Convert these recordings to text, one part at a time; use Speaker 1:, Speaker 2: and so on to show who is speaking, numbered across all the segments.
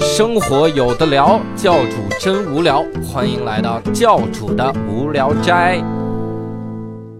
Speaker 1: 生活有的聊，教主真无聊，欢迎来到教主的无聊斋。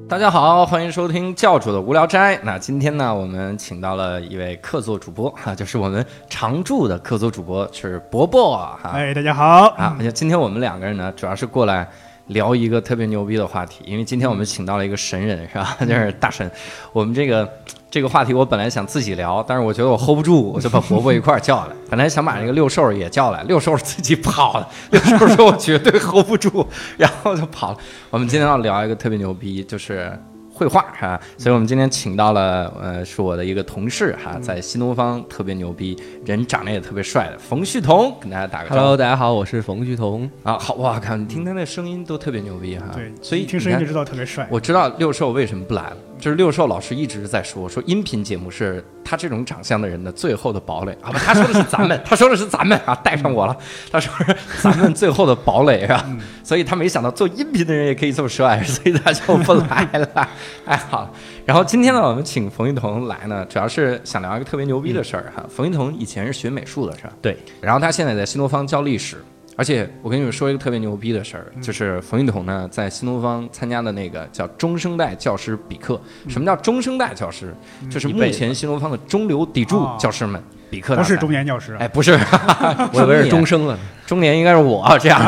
Speaker 1: 大家好，欢迎收听教主的无聊斋。那今天呢，我们请到了一位客座主播哈、就是我们常驻的客座主播是伯伯哈、
Speaker 2: 哎，大家好，
Speaker 1: 啊，而且今天我们两个人呢，主要是过来聊一个特别牛逼的话题，因为今天我们请到了一个神人，是吧？ 就是大神。我们这个这个话题，我本来想自己聊，但是我觉得我 hold 不住，我就把伯伯一块儿叫来。本来想把这个六兽也叫来，六兽自己跑了，六兽说我绝对 hold 不住， 然后就跑了。我们今天要聊一个特别牛逼，就是绘画哈、所以我们今天请到了，呃，是我的一个同事哈、在新东方特别牛逼，人长得也特别帅的冯旭彤，跟大家打个招呼。
Speaker 3: Hello，大家好，我是冯旭彤。
Speaker 1: 啊，好，哇靠！你听他那声音都特别牛逼哈。
Speaker 2: 对，
Speaker 1: 啊所以
Speaker 2: 一听声音
Speaker 1: 你
Speaker 2: 就
Speaker 1: 看
Speaker 2: 知道特别帅。
Speaker 1: 我知道六兽为什么不来了，就是六兽老师一直在说，说音频节目是他这种长相的人的最后的堡垒啊，不，他说的是咱们，他说的是咱们啊，带上我了，他说是咱们最后的堡垒啊，
Speaker 2: 嗯
Speaker 1: 所以他没想到做音频的人也可以这么帅，所以他就不来了，哎好。然后今天呢，我们请冯一彤来呢，主要是想聊一个特别牛逼的事儿哈。冯一彤以前是学美术的，是吧？
Speaker 3: 对，
Speaker 1: 然后他现在在新东方教历史，而且我跟你们说一个特别牛逼的事儿，
Speaker 2: 嗯
Speaker 1: 就是冯一彤呢在新东方参加的那个叫中生代教师比课。
Speaker 2: 嗯
Speaker 1: 什么叫中生代教师？就是目前新东方的中流砥柱
Speaker 2: 哦
Speaker 1: 教师们比课大
Speaker 2: 不
Speaker 1: 赛
Speaker 2: 是中年教师啊，
Speaker 1: 哎，不 是，
Speaker 3: 我以为是
Speaker 1: 中
Speaker 3: 终生了。
Speaker 1: 中年应该是我这 样。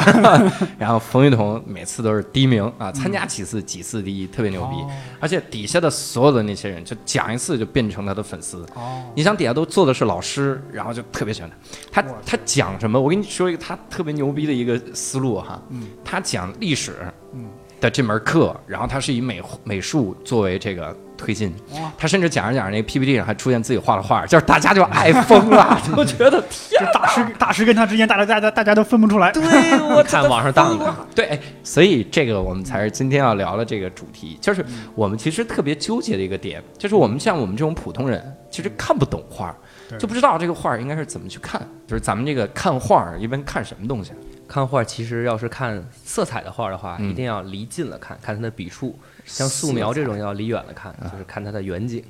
Speaker 1: 然后冯玉彤每次都是第一名啊，参加几次几次第一，特别牛逼
Speaker 2: 哦。
Speaker 1: 而且底下的所有的那些人，就讲一次就变成他的粉丝。
Speaker 2: 哦，
Speaker 1: 你想底下都坐的是老师，然后就特别喜欢他。他他讲什么？我跟你说一个他特别牛逼的一个思路哈。他讲历史的这门课，然后他是以美美术作为这个推进
Speaker 2: 哇。
Speaker 1: 他甚至讲着讲着，那个 PPT 上还出现自己画的画，就是大家就爱疯了，就觉得天
Speaker 2: 就大师大师跟他之间，大家大家大家都分不出来。
Speaker 1: 对，我
Speaker 3: 看网上当的，
Speaker 1: 对，哎所以这个我们才是今天要聊的这个主题，
Speaker 2: 嗯
Speaker 1: 就是我们其实特别纠结的一个点，就是我们像我们这种普通人，其实看不懂画儿，
Speaker 2: 对
Speaker 1: 就不知道这个画儿应该是怎么去看。就是咱们这个看画儿一般看什么东西啊？
Speaker 3: 看画其实要是看色彩的画的话，
Speaker 1: 嗯
Speaker 3: 一定要离近了看，看它的笔触。像素描这种要离远了看，就是看它的远景。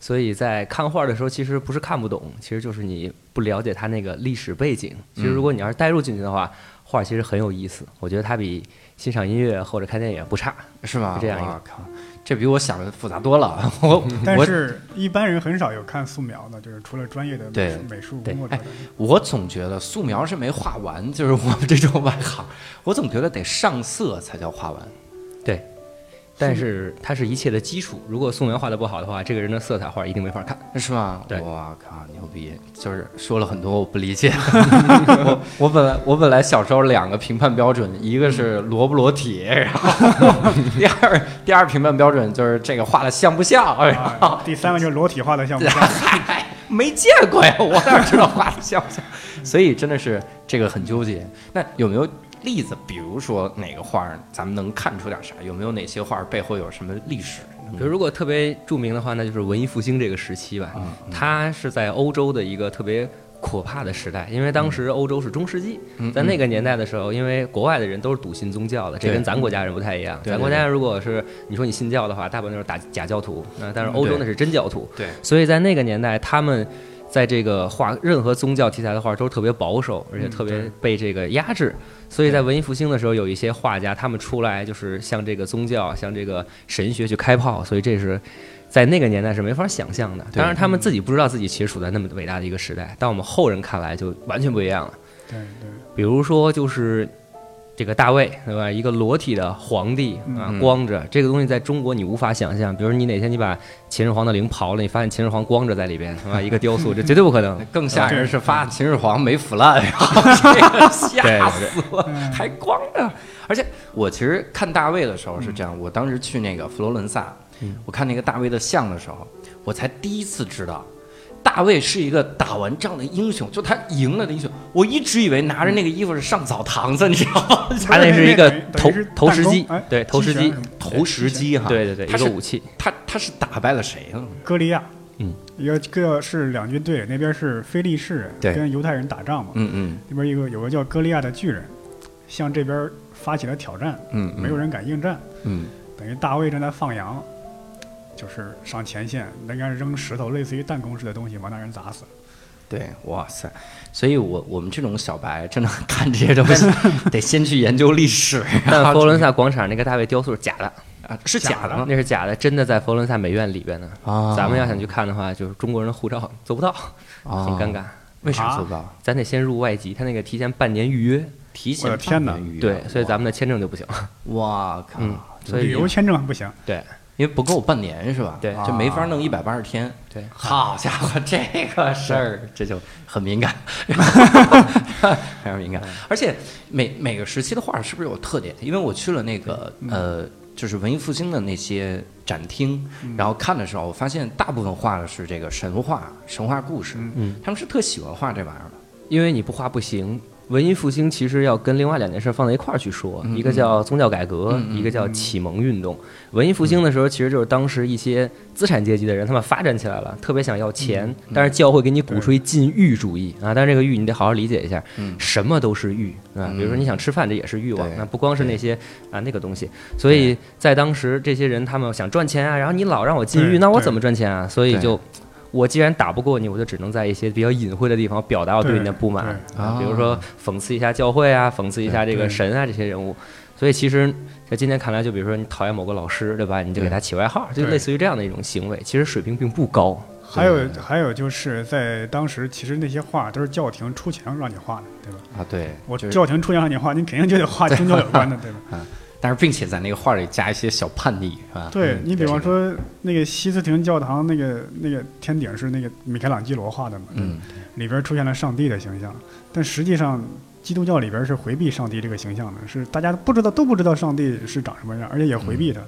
Speaker 3: 所以在看画的时候，其实不是看不懂，其实就是你不了解它那个历史背景。其实如果你要是带入进去的话，画其实很有意思。我觉得它比欣赏音乐或者看电影不差。
Speaker 1: 是吧？
Speaker 3: 是这样一个
Speaker 1: 我靠，这比我想的复杂多了。 我
Speaker 2: 但
Speaker 1: 我
Speaker 2: 是，一般人很少有看素描的，就是除了专业的美术
Speaker 1: 对
Speaker 2: 美术
Speaker 3: 对
Speaker 2: 工作者的。
Speaker 1: 我总觉得素描是没画完，就是我们这种外行，我总觉得得上色才叫画完。
Speaker 3: 对，但是它是一切的基础。如果素描画的不好的话，这个人的色彩画一定没法看。
Speaker 1: 是吧？
Speaker 3: 对
Speaker 1: 我靠，牛逼！就是说了很多我不理解。我我本来我本来小时候两个评判标准，一个是裸不裸体，然后 第二第二评判标准就是这个画的像不像，然后
Speaker 2: 啊，第三个就是裸体画的像不
Speaker 1: 啊
Speaker 2: 像？
Speaker 1: 嗨， 没见过呀，我哪知道画的像不像？所以真的是这个很纠结。那有没有例子？比如说哪个画儿咱们能看出点啥？有没有哪些画儿背后有什么历史？
Speaker 3: 比如，如果特别著名的话，那就是文艺复兴这个时期吧。它是在欧洲的一个特别可怕的时代，因为当时欧洲是中世纪，
Speaker 1: 嗯
Speaker 3: 在那个年代的时候，因为国外的人都是笃信宗教的，这
Speaker 1: 对
Speaker 3: 跟咱国家人不太一样。
Speaker 1: 对
Speaker 3: 咱
Speaker 1: 对
Speaker 3: 国家人如果是你说你信教的话，大部分都是打假教徒，那但是欧洲
Speaker 1: 嗯对
Speaker 3: 那是真教徒。
Speaker 1: 对，
Speaker 3: 所以在那个年代，他们在这个画任何宗教题材的画都是特别保守，
Speaker 1: 嗯
Speaker 3: 而且特别被这个压制。所以在文艺复兴的时候，有一些画家他们出来就是向这个宗教、向这个神学去开炮，所以这是。在那个年代是没法想象的，
Speaker 1: 对嗯
Speaker 3: 当然他们自己不知道自己其实处在那么伟大的一个时代，但我们后人看来就完全不一样了。
Speaker 2: 对对，
Speaker 3: 比如说就是这个大卫，对吧？一个裸体的皇帝啊
Speaker 1: 嗯，
Speaker 3: 光着这个东西在中国你无法想象。比如你哪天你把秦始皇的陵刨了，你发现秦始皇光着在里边，是吧？一个 雕塑，这绝对不可能。
Speaker 1: 更吓人
Speaker 2: 对
Speaker 1: 是发秦始皇没腐烂，然后这个吓死我，
Speaker 2: 嗯
Speaker 1: 还光着。而且我其实看大卫的时候是这样，我当时去那个佛罗伦萨，我看那个大卫的像的时候，我才第一次知道。大卫是一个打完仗的英雄，就他赢了的英雄。我一直以为拿着那个衣服是上澡堂子，你知道吗？
Speaker 3: 他那是一个
Speaker 2: 等于等于
Speaker 3: 投
Speaker 2: 是
Speaker 3: 投石机
Speaker 2: 弹弓哎，
Speaker 3: 对，投石
Speaker 2: 机
Speaker 3: 机
Speaker 2: 器人是吗，
Speaker 1: 投石机哈，
Speaker 3: 对对对，
Speaker 1: 啊他
Speaker 3: 一个
Speaker 1: 是
Speaker 3: 武器。
Speaker 1: 他他是打败了谁啊？
Speaker 2: 歌利亚，
Speaker 3: 嗯，
Speaker 2: 一个个是两军对，那边是非利士人
Speaker 1: 对
Speaker 2: 跟犹太人打仗嘛，
Speaker 1: 嗯嗯
Speaker 2: 那边有个有个叫歌利亚的巨人，向这边发起了挑战，
Speaker 1: 嗯，
Speaker 2: 没有人敢应战，
Speaker 1: 嗯
Speaker 2: 等于大卫正在放羊，就是上前线，那应该是扔石头，类似于弹弓似的东西，把那人砸死。
Speaker 1: 对，哇塞！所以我我们这种小白，真的 看这些东西，得先去研究历史。
Speaker 3: 但佛罗伦萨广场那个大卫雕塑是假的，
Speaker 1: 啊是假的吗？
Speaker 3: 那是假的，真的在佛罗伦萨美院里边呢。
Speaker 1: 啊，
Speaker 3: 咱们要想去看的话，就是中国人的护照做不到，
Speaker 1: 啊
Speaker 3: 很尴尬。
Speaker 1: 为啥做不到？
Speaker 3: 咱得先入外籍，他那个提前半年预约，
Speaker 1: 提
Speaker 2: 我
Speaker 1: 前
Speaker 2: 的天哪
Speaker 1: 半年预约
Speaker 3: 对，所以咱们的签证就不行。
Speaker 1: 们哇靠，
Speaker 3: 嗯，所
Speaker 2: 旅
Speaker 3: 以
Speaker 2: 游签证还不行，
Speaker 3: 对
Speaker 1: 因为不够半年是吧？
Speaker 3: 对
Speaker 1: 就没法弄一百八十天。
Speaker 3: 对，
Speaker 1: 好家伙，这个事儿这就很敏感， 非常敏感。而且每每个时期的画是不是有特点？因为我去了那个呃，就是文艺复兴的那些展厅，然后看的时候，我发现大部分画的是这个神话、神话故事。
Speaker 3: 嗯，
Speaker 1: 他们是特喜欢画这玩意儿的。
Speaker 3: 因为你不画不行。文艺复兴其实要跟另外两件事放在一块儿去说，
Speaker 1: 嗯
Speaker 3: 一个叫宗教改革，
Speaker 1: 嗯嗯
Speaker 3: 一个叫启蒙运动。文艺复兴的时候，其实就是当时一些资产阶级的人，他们发展起来
Speaker 1: 嗯
Speaker 3: 了，特别想要钱，但是教会给你鼓吹禁欲主义啊。但是这个欲你得好好理解一下，
Speaker 1: 嗯
Speaker 3: 什么都是欲啊。比如说你想吃饭，这也是欲望
Speaker 1: 对，
Speaker 3: 那不光是那些啊那个东西。所以在当时，这些人他们想赚钱啊，然后你老让我禁欲，
Speaker 2: 对
Speaker 3: 那我
Speaker 2: 对
Speaker 3: 怎么赚钱啊？所以
Speaker 1: 对
Speaker 3: 就。我既然打不过你，我就只能在一些比较隐晦的地方表达我哦对你的不满
Speaker 2: 对，
Speaker 1: 啊
Speaker 3: 啊，比如说讽刺一下教会啊，讽刺一下这个神啊这些人物。所以其实在今天看来，就比如说你讨厌某个老师，对吧？你就给他起外号，就
Speaker 2: 对
Speaker 3: 类似于这样的一种行为，其实水平并不高。
Speaker 2: 还有还有就是在当时，其实那些画都是教廷出钱让你画的，对吧？
Speaker 1: 啊，对，
Speaker 2: 我
Speaker 1: 就是
Speaker 2: 教廷出钱让你画，你肯定就得画宗教有 关的，对吧？
Speaker 1: 但是并且在那个画里加一些小叛逆，是吧？
Speaker 2: 对
Speaker 1: 嗯
Speaker 2: 你比方，说那个西斯廷教堂那个那个天顶是那个米开朗基罗画的嘛，
Speaker 1: 嗯，
Speaker 2: 里边出现了上帝的形象，但实际上基督教里边是回避上帝这个形象的，是大家不知道都不知道上帝是长什么样，而且也回避他，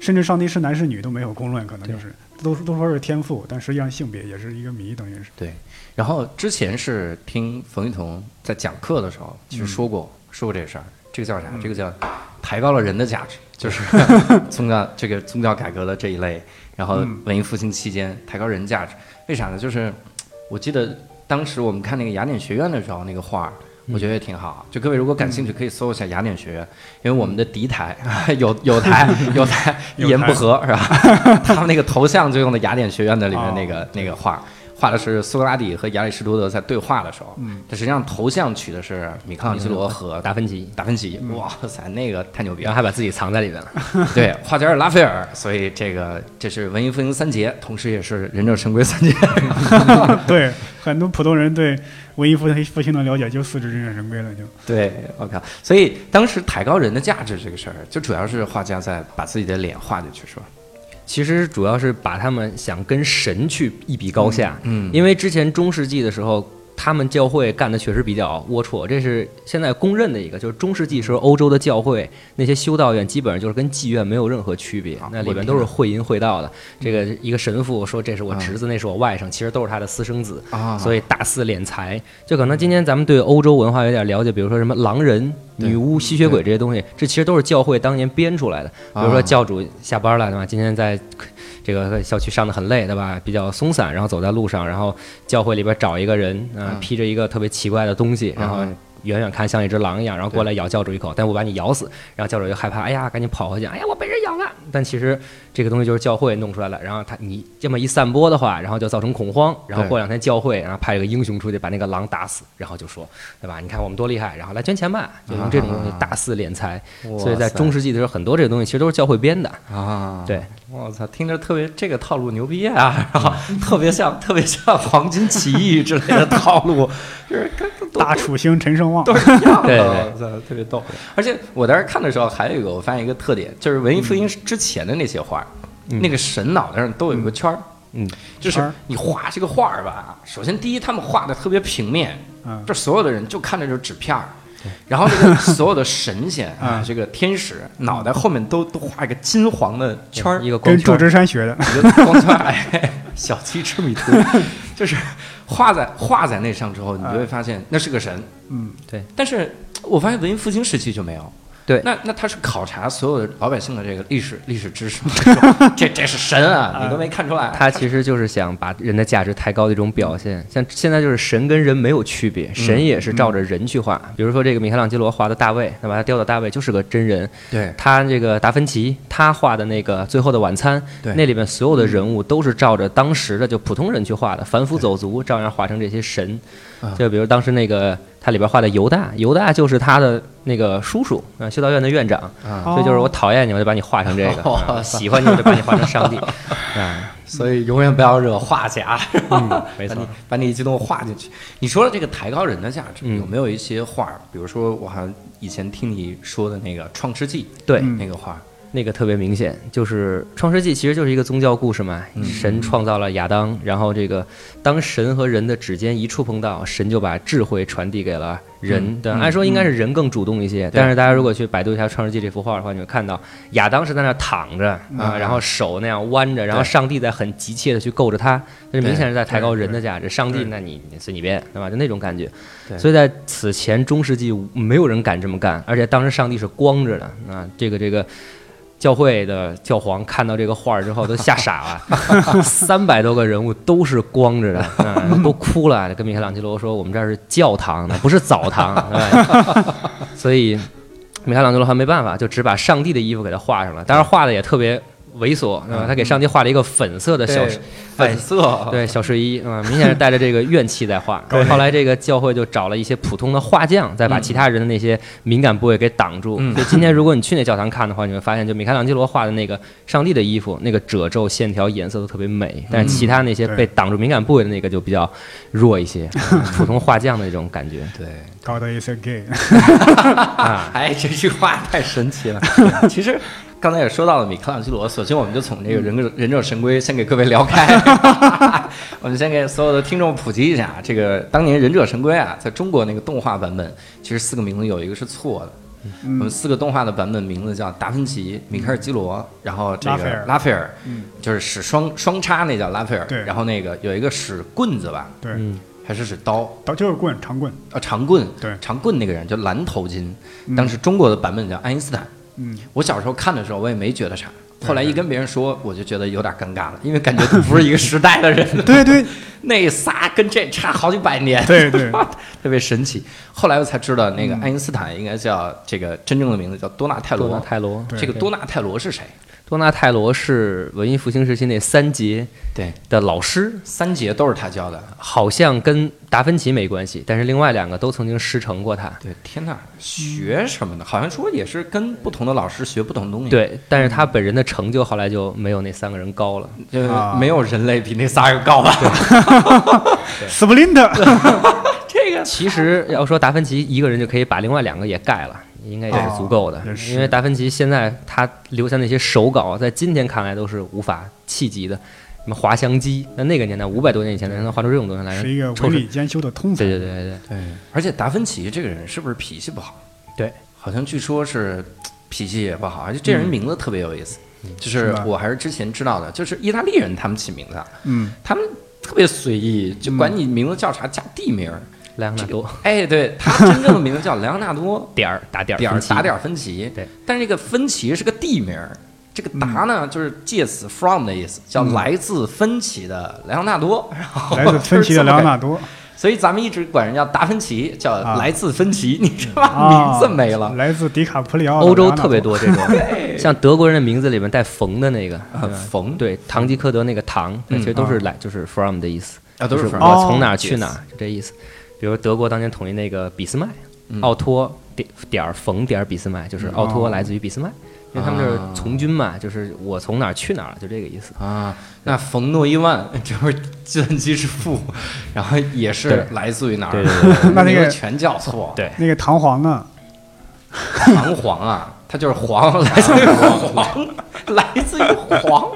Speaker 2: 甚至上帝是男是女都没有公论，可能就是都都说是天赋，但实际上性别也是一个谜，等于是。
Speaker 1: 对，然后之前是听冯玉彤在讲课的时候，
Speaker 2: 嗯
Speaker 1: 其实说过、说过这事儿，这个叫啥？这个叫抬高了人的价值，就是 宗教这个宗教改革的这一类，然后
Speaker 2: 嗯
Speaker 1: 文艺复兴期间抬高人价值，为啥呢？就是我记得当时我们看那个雅典学院的时候，那个画儿。我觉得也
Speaker 2: 嗯
Speaker 1: 挺好，就各位如果感兴趣，可以搜一下雅典学院，因为我们的敌台 有有台有台一
Speaker 2: 嗯有
Speaker 1: 言
Speaker 2: 台
Speaker 1: 不合是吧？ 他们那个头像就用的雅典学院的里面那
Speaker 3: 哦
Speaker 1: 个、那个画，画的是苏格拉底和亚里士多德在对话的时候，
Speaker 2: 嗯
Speaker 1: 但实际上头像取的是米开朗基罗和
Speaker 3: 哦达芬奇，嗯
Speaker 1: 达芬奇，哇塞，那个太牛逼
Speaker 3: 然
Speaker 1: 了！
Speaker 3: 后还把自己藏在里面了。
Speaker 1: 对，画家是拉斐尔，所以这个这是文艺复兴三杰，同时也是忍者神龟三杰。
Speaker 2: 对，很多普通人对文艺复兴复兴的了解就四肢忍者神龟了，就
Speaker 1: 对，我靠！所以当时抬高人的价值这个事儿，就主要是画家在把自己的脸画进去，是吧？
Speaker 3: 其实主要是把他们想跟神去一比高下，
Speaker 1: 嗯
Speaker 3: 因为之前中世纪的时候，他们教会干的确实比较龌龊，这是现在公认的一个，就是中世纪时候欧洲的教会那些修道院基本上就是跟妓院没有任何区别，那里边都是会淫会道的。这个一个神父说这是我侄子，那是我外甥，其实都是他的私生子，
Speaker 1: 啊
Speaker 3: 所以大肆敛财。就可能今天咱们对欧洲文化有点了解，比如说什么狼人、
Speaker 1: 对
Speaker 3: 女巫、吸血鬼这些东西，这其实都是教会当年编出来的。
Speaker 1: 啊
Speaker 3: 比如说教主下班了，对吧？今天在这个校区上的很累，对吧？比较松散，然后走在路上，然后教会里边找一个人，啊，
Speaker 1: 嗯
Speaker 3: 披着一个特别奇怪的东西，然后
Speaker 1: 嗯
Speaker 3: 远远看像一只狼一样，然后过来咬教主一口，但我把你咬死，然后教主就害怕，哎呀，赶紧跑回去，哎呀，我被人咬了。但其实这个东西就是教会弄出来了，然后他你这么一散播的话，然后就造成恐慌，然后
Speaker 1: 对
Speaker 3: 过两天教会然后派一个英雄出去把那个狼打死，然后就说，对吧？你看我们多厉害，然后来捐钱吧，就用这种东西
Speaker 1: 啊
Speaker 3: 大肆敛财。
Speaker 1: 哇
Speaker 3: 所以在
Speaker 1: 塞
Speaker 3: 中世纪的时候，很多这个东西其实都是教会编的。
Speaker 1: 啊，
Speaker 3: 对，
Speaker 1: 我操，听着特别这个套路牛逼啊，然后
Speaker 3: 嗯
Speaker 1: 特别像特别像黄金起义之类的套路， 就是跟都
Speaker 2: 大楚兴陈胜旺
Speaker 1: 都是一样的，
Speaker 3: 对对
Speaker 1: 我操，特别逗。而且我当时看的时候，还有一个我发现一个特点，就是文艺复兴之前的那些画儿，那个神脑袋上都有一个圈儿。
Speaker 3: 嗯，
Speaker 1: 就是
Speaker 2: 圈儿
Speaker 1: 你画这个画儿吧，首先第一，他们画的特别平面，
Speaker 2: 嗯
Speaker 1: 就所有的人就看着就是纸片儿。然后这个所有的神 仙啊，这个天使脑袋后面都都画一个金黄的圈儿，
Speaker 3: 一个光
Speaker 2: 跟
Speaker 3: 圈
Speaker 2: 祝
Speaker 3: 儿，
Speaker 2: 枝山学的，
Speaker 1: 一个光圈，哎，小鸡吃 米图，就是画在画在那上之后，你就会发现那是个神。
Speaker 2: 嗯，
Speaker 3: 对
Speaker 1: 但是我发现文艺复兴时期就没有，
Speaker 3: 对
Speaker 1: 那那他是考察所有的老百姓的这个历史历史知识， 说这这是神
Speaker 3: 嗯
Speaker 1: 啊，你都没看出来。
Speaker 3: 他其实就是想把人的价值抬高的一种表现。像现在就是神跟人没有区别，
Speaker 1: 嗯
Speaker 3: 神也是照着人去画。比如说这个米开朗基罗画的大卫，那把他雕的大卫就是个真人。
Speaker 1: 对
Speaker 3: 他这个达芬奇他画的那个《最后的晚餐》，
Speaker 1: 对嗯
Speaker 3: 那里面所有的人物都是照着当时的就普通人去画的，凡夫走卒照样画成这些神
Speaker 1: 啊。
Speaker 3: 就比如当时那个他里边画的犹大，犹大就是他的那个叔叔，啊，修道院的院长。
Speaker 1: 啊，
Speaker 2: 哦
Speaker 3: 所以就是我讨厌你，我就把你画成这 个；
Speaker 1: 哇
Speaker 3: 啊喜欢你，我就把你画成上帝。啊，
Speaker 1: 所以永远不要惹画家，是吧
Speaker 3: 嗯没错
Speaker 1: 把你把你一激动画进去。你说的这个抬高人的价值，
Speaker 3: 嗯
Speaker 1: 有没有一些画？比如说，我好像以前听你说的那个《创世纪》
Speaker 3: 对，
Speaker 2: 嗯
Speaker 1: 那个画，
Speaker 3: 那个特别明显，就是《创世纪》其实就是一个宗教故事嘛。神创造了亚当，然后这个当神和人的指尖一触碰到，神就把智慧传递给了人。对，按说应该是人更主动一些，但是大家如果去百度一下《创世纪》这幅画的话，你会看到亚当是在那儿躺着啊，然后手那样弯着，然后
Speaker 1: 对
Speaker 3: 上帝在很急切的去够着他，那就明显是在抬高
Speaker 2: 对
Speaker 3: 人的价值。上帝
Speaker 2: 对，
Speaker 3: 那你你随你便，对吧？就那种感觉。
Speaker 1: 对
Speaker 3: 所以在此前中世纪没有人敢这么干，而且当时上帝是光着的啊，这个这个。教会的教皇看到这个画儿之后都吓傻了， 三百多个人物都是光着的，啊，都哭了。跟米开朗基罗说：“我们这儿是教堂呢，不是澡堂。对吧” 所以米开朗基罗还没办法，就只把上帝的衣服给他画上了，当然画的也特别猥琐，对吧？他给上帝画了一个粉色的小
Speaker 1: 对粉色，
Speaker 3: 对小睡衣啊、明显是带着这个怨气在 画。后来这个教会就找了一些普通的画匠，再把
Speaker 2: 嗯
Speaker 3: 其他人的那些敏感部位给挡住。
Speaker 1: 嗯
Speaker 3: 所以今天如果你去那教堂看的话，你会发现，就米开朗基罗画的那个上帝的衣服，那个褶皱、线条、颜色都特别美，但是其他那些
Speaker 2: 嗯对
Speaker 3: 被挡住敏感部位的那个就比较弱 一些，嗯普通画匠的那种感觉。
Speaker 1: 对，
Speaker 2: God is a gay， 啊
Speaker 1: 哎，这句话太神奇 了。其实刚才也说到了米开朗基罗，索性我们就从这
Speaker 2: 嗯
Speaker 1: 个忍者忍者神龟先给各位聊 开。我们先给所有的听众普及一下，啊这个当年忍者神龟啊，在中国那个动画版本，其实四个名字有一个是错的。
Speaker 2: 嗯
Speaker 1: 我们四个动画的版本名字叫达芬奇、米开尔基罗，然后这
Speaker 2: 嗯拉斐
Speaker 1: 个
Speaker 2: 尔
Speaker 1: 拉斐尔，
Speaker 2: 嗯
Speaker 1: 就是使双双叉那叫拉斐尔，
Speaker 2: 对
Speaker 1: 然后那个有一个使棍子吧，
Speaker 2: 对，
Speaker 3: 嗯，
Speaker 1: 还是使刀，
Speaker 2: 刀就是棍，长 棍，
Speaker 1: 啊，长棍，
Speaker 2: 对
Speaker 1: 长棍那个人叫蓝头巾，当时中国的版本叫爱因斯坦。
Speaker 2: 嗯，
Speaker 1: 我小时候看的时候，我也没觉得啥，后来一跟别人说，我就觉得有点尴尬了，因为感觉都不是一个时代的人。
Speaker 2: 对对
Speaker 1: 那仨跟这差好几百年，
Speaker 2: 对对嗯
Speaker 1: 特别神奇。后来我才知道，那个爱因斯坦应该叫这个真正的名字叫多纳泰
Speaker 3: 多纳
Speaker 1: 罗。
Speaker 3: 泰罗，
Speaker 2: 对
Speaker 1: 这个多纳泰罗是谁？
Speaker 3: 多纳泰罗是文艺复兴时期那三杰
Speaker 1: 对，
Speaker 3: 的老师，
Speaker 1: 三杰都是他教的。
Speaker 3: 好像跟达芬奇没关系，但是另外两个都曾经师承过他。
Speaker 1: 对，天哪，学什么呢？好像说也是跟不同的老师学不同的东西。，
Speaker 3: 对，但是他本人的成就后来就没有那三个人高了。
Speaker 1: 就
Speaker 2: 啊
Speaker 1: 没有人类比那仨人高吧？
Speaker 2: ，Splinter，
Speaker 1: 这个
Speaker 3: 其实要说达芬奇一个人就可以把另外两个也盖了，应该也是足够的。
Speaker 2: 哦也是
Speaker 3: 因为达芬奇现在他留下那些手稿，在今天看来都是无法企及的，什么滑翔机，那那个年代五百多年以前才能画出这种东西 来，
Speaker 2: 是一个
Speaker 3: 抽
Speaker 2: 文
Speaker 3: 水
Speaker 2: 理兼修的通才，
Speaker 3: 哎对对对对
Speaker 1: 对，而且达芬奇这个人是不是脾气不好？
Speaker 3: 对，
Speaker 1: 好像据说是脾气也不好，而且这人名字特别有意思。就是
Speaker 2: 嗯是吧
Speaker 1: 我还是之前知道的，就是意大利人他们起名字啊，
Speaker 2: 嗯，
Speaker 1: 他们特别随意，就管你名字叫啥加地名儿。
Speaker 3: 对，莱昂纳多
Speaker 1: 哎，对他真正的名字叫莱昂纳多
Speaker 3: 点儿打点儿
Speaker 1: 点儿
Speaker 3: 芬奇
Speaker 1: 打点儿芬奇，
Speaker 3: 对，
Speaker 1: 但是这个芬奇是个地名儿，这个达呢
Speaker 2: 嗯
Speaker 1: 就是借此 from 的意思，叫来自芬奇的莱昂纳多，然
Speaker 3: 哦
Speaker 1: 后
Speaker 2: 嗯来自芬奇的莱昂纳 多，
Speaker 1: 所以咱们一直管人叫达芬奇，叫
Speaker 2: 啊
Speaker 1: 来自芬奇，你知道吗？
Speaker 2: 啊
Speaker 1: 名字没了。
Speaker 2: 来自迪卡普里奥的莱昂纳
Speaker 3: 欧
Speaker 2: 多，
Speaker 3: 洲特别多这种，像德国人的名字里面带“冯”的那个，
Speaker 1: 啊冯
Speaker 3: 对，堂吉诃德那个堂，
Speaker 1: 嗯
Speaker 3: 那其实都是来就是 from 的意思
Speaker 1: 啊都是
Speaker 3: 就是
Speaker 1: from
Speaker 3: 我从哪儿去
Speaker 1: 哦
Speaker 3: 哪儿，就这意思。比如德国当年统一那个俾斯麦，
Speaker 1: 嗯
Speaker 3: 奥托点点儿冯点儿俾斯麦，就是奥托来自于俾斯麦，因为他们就是
Speaker 1: 哦啊
Speaker 3: 从军嘛，就是我从哪儿去哪儿，就这个意思。
Speaker 1: 啊，那冯诺依 曼就是计算机之父， 然后也是
Speaker 3: 对
Speaker 1: 来自于哪儿？
Speaker 3: 对对
Speaker 2: 对那那个
Speaker 1: 你会全叫错。
Speaker 3: 对
Speaker 2: 那个唐皇呢？
Speaker 1: 唐皇啊，他就是皇，来自于皇，来自于皇，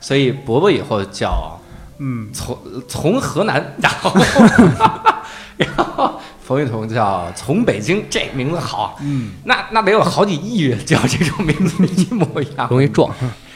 Speaker 1: 所以伯伯以后叫
Speaker 2: 嗯，
Speaker 1: 从从河南， 然后然后冯玉彤叫从北京，这名字好，啊
Speaker 2: 嗯，
Speaker 1: 那那得有好几亿人叫这种名字 一模一样，
Speaker 3: 容易撞，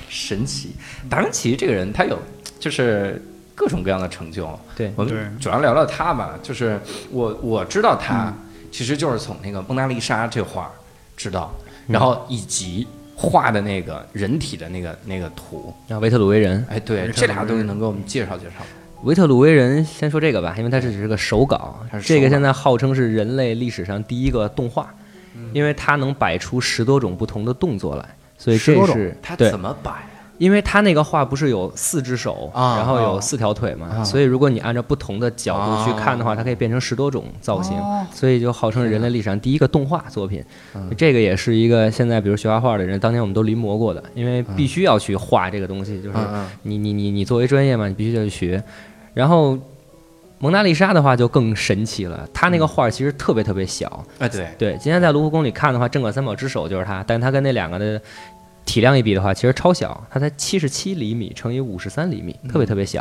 Speaker 1: 神奇。达芬奇这个人，他有就是各种各样的成就，
Speaker 3: 对
Speaker 1: 我们
Speaker 2: 对
Speaker 1: 主要聊聊他吧，
Speaker 3: 嗯
Speaker 1: 就是我我知道他其实就是从那个《蒙娜丽莎》这画儿知道，
Speaker 3: 嗯
Speaker 1: 然后以及画的那个人体的那个那个图。
Speaker 3: 然后维特鲁威人，
Speaker 1: 哎，
Speaker 2: 没
Speaker 1: 对，
Speaker 2: 错
Speaker 1: 这俩东西能给我们介绍介绍吗。
Speaker 3: 维特鲁威人先说这个吧，因为它这只是个手稿
Speaker 1: 它是，手
Speaker 3: 这个
Speaker 1: 稿
Speaker 3: 现在号称是人类历史上第一个动画，
Speaker 1: 嗯
Speaker 3: 因为它能摆出十多种不同的动作来，所以
Speaker 2: 10
Speaker 3: 这
Speaker 2: 多种
Speaker 3: 是
Speaker 1: 它
Speaker 3: 对
Speaker 1: 怎，么摆啊？
Speaker 3: 因为它那个画不是有四只手，
Speaker 1: 啊
Speaker 3: 然后有
Speaker 1: 啊
Speaker 3: 四条腿嘛，
Speaker 1: 啊
Speaker 3: 所以如果你按照不同的角度去看的话，
Speaker 1: 啊
Speaker 3: 它可以变成十多种造型，
Speaker 2: 哦
Speaker 3: 所以就号称人类历史上第一个动画作品。
Speaker 1: 嗯
Speaker 3: 这个也是一个现在比如学画画的人，当年我们都临摹过的，因为必须要去画这个东西，就是
Speaker 1: 嗯嗯
Speaker 3: 你你你你作为专业嘛，你必须得去学。然后蒙娜丽莎的话就更神奇了，她
Speaker 1: 嗯
Speaker 3: 那个画儿其实特别特别小，
Speaker 1: 哎，对，，
Speaker 3: 对，今天在卢浮宫里看的话，正港三宝之首就是它，但它跟那两个的体量一比的话，其实超小，它才七十七厘米乘以五十三厘米，特别特别小，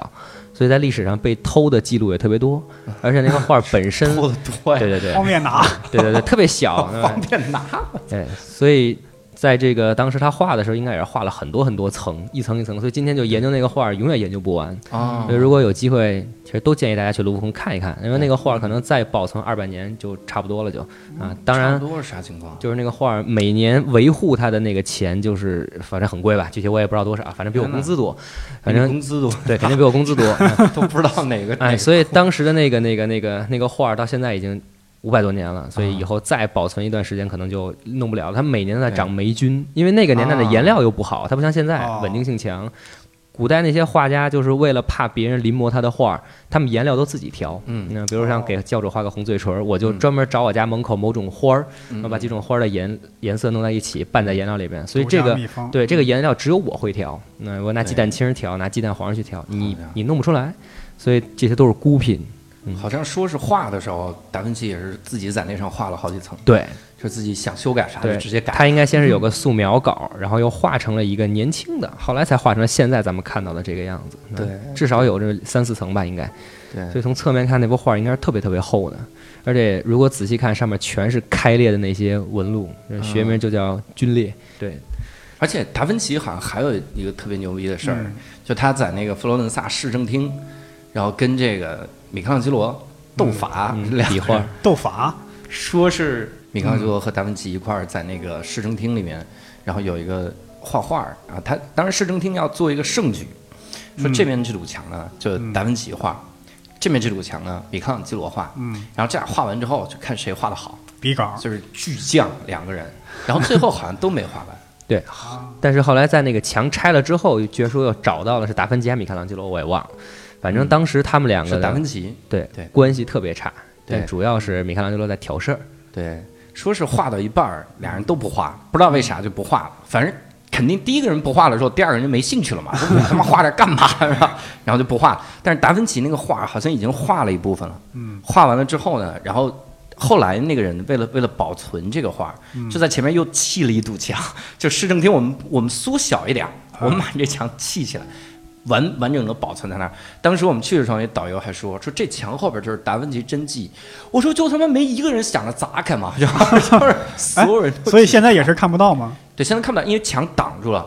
Speaker 3: 所以在历史上被偷的记录也特别多，而且那个画儿本身
Speaker 1: 偷的多呀，
Speaker 3: 对对对
Speaker 2: 方便拿，
Speaker 3: 对对对，特别小， 对吧
Speaker 1: 方便拿。
Speaker 3: 对，所以在这个当时他画的时候，应该也是画了很多很多层，一层一层，所以今天就研究那个画儿，永远研究不完。
Speaker 1: 啊
Speaker 3: 所以如果有机会，其实都建议大家去卢浮宫看一看，因为那个画儿可能再保存二百年就差不多了就，啊，当然。
Speaker 1: 多是啥情况？
Speaker 3: 就是那个画儿，每年维护它的那个钱，就是反正很贵吧，具体我也不知道多少，反正比我工资多，反
Speaker 1: 你
Speaker 3: 正
Speaker 1: 工资都
Speaker 3: 对，肯定比我工资多。
Speaker 1: 都不知道哪个
Speaker 3: 哎，
Speaker 1: 哪个
Speaker 3: 所以当时的那个、那个、那个、那个画儿，到现在已经五百多年了，
Speaker 1: 啊
Speaker 3: 所以以后再保存一段时间，可能就弄不了了。它每年都在长霉菌，因为那个年代的
Speaker 1: 啊
Speaker 3: 颜料又不好，它不像现在
Speaker 2: 哦
Speaker 3: 稳定性强。古代那些画家就是为了怕别人临摹他的画儿，他们颜料都自己调。
Speaker 1: 嗯
Speaker 3: 那比如像给教主画个红嘴唇儿，我就
Speaker 1: 嗯
Speaker 3: 专门找我家门口某种花儿，然
Speaker 1: 嗯
Speaker 3: 后把几种花儿的颜颜色弄在一起，拌在颜料里边。所以
Speaker 2: 独
Speaker 3: 这
Speaker 2: 家
Speaker 3: 个
Speaker 2: 秘方
Speaker 3: 对这个颜料只有我会调，那我拿鸡
Speaker 1: 对
Speaker 3: 蛋清儿调，拿鸡蛋黄儿去调，你
Speaker 1: 好家伙
Speaker 3: 你弄不出来，所以这些都是孤品。
Speaker 1: 好像说是画的时候，达芬奇也是自己在那上画了好几层，
Speaker 3: 对
Speaker 1: 就自己想修改啥就
Speaker 3: 对，
Speaker 1: 直接改。嗯
Speaker 3: 他应该先是有个素描稿，然后又画成了一个年轻的，后来才画成了现在咱们看到的这个样子。
Speaker 1: 对
Speaker 3: 嗯至少有这三四层吧，应该。所
Speaker 1: 对，
Speaker 3: 以从侧面看，那幅画应该是特别特别厚的，而且如果仔细看，上面全是开裂的那些纹路，
Speaker 1: 嗯
Speaker 3: 学名就叫皲裂。对，
Speaker 1: 而且达芬奇好像还有一个特别牛逼的事儿，
Speaker 2: 嗯
Speaker 1: 就他在那个佛罗伦萨市政厅，然后跟这个米开朗基罗斗法，
Speaker 3: 嗯
Speaker 1: 两个
Speaker 3: 比
Speaker 1: 人
Speaker 3: 划
Speaker 2: 斗法，
Speaker 1: 说是米开朗基罗和达芬奇一块儿在那个市政厅里面，然后有一个画画儿啊，他当然市政厅要做一个盛举，说这边这堵墙呢就达芬奇画，这边这堵墙呢米开朗基罗画，
Speaker 2: 嗯，
Speaker 1: 然后这样画完之后就看谁画的好，
Speaker 2: 比稿，
Speaker 1: 就是巨匠两个人，然后最后好像都没画完，
Speaker 3: 对，但是后来在那个墙拆了之后，据说又找到了是达芬奇还是米开朗基罗，我也忘了。反正当时他们两个
Speaker 1: 是达
Speaker 3: 的
Speaker 1: 芬奇，
Speaker 3: 对
Speaker 1: 对
Speaker 3: 关系特别差，
Speaker 1: 对
Speaker 3: 但主要是米开朗基罗在挑事儿。
Speaker 1: 对，说是画到一半儿俩人都不画，不知道为啥就不画了，反正。肯定第一个人不画了之后，第二个人就没兴趣了嘛， 说我他妈画这干嘛？是吧？然后就不画了。但是达芬奇那个画好像已经画了一部分了，
Speaker 2: 嗯，
Speaker 1: 画完了之后呢，然后后来那个人为了为了保存这个画，
Speaker 2: 嗯
Speaker 1: 就在前面又砌了一堵墙， 就市政厅我们我们缩小一点儿，
Speaker 2: 嗯
Speaker 1: 我们把这墙砌起来，完完整的保存在那儿。当时我们去的时候，那导游还说说这墙后边就是达芬奇真迹，我说就他妈没一个人想着砸开嘛， 然后就是所有人都
Speaker 2: 哎所以现在也是看不到吗？
Speaker 1: 对现在看不到，因为墙挡住了，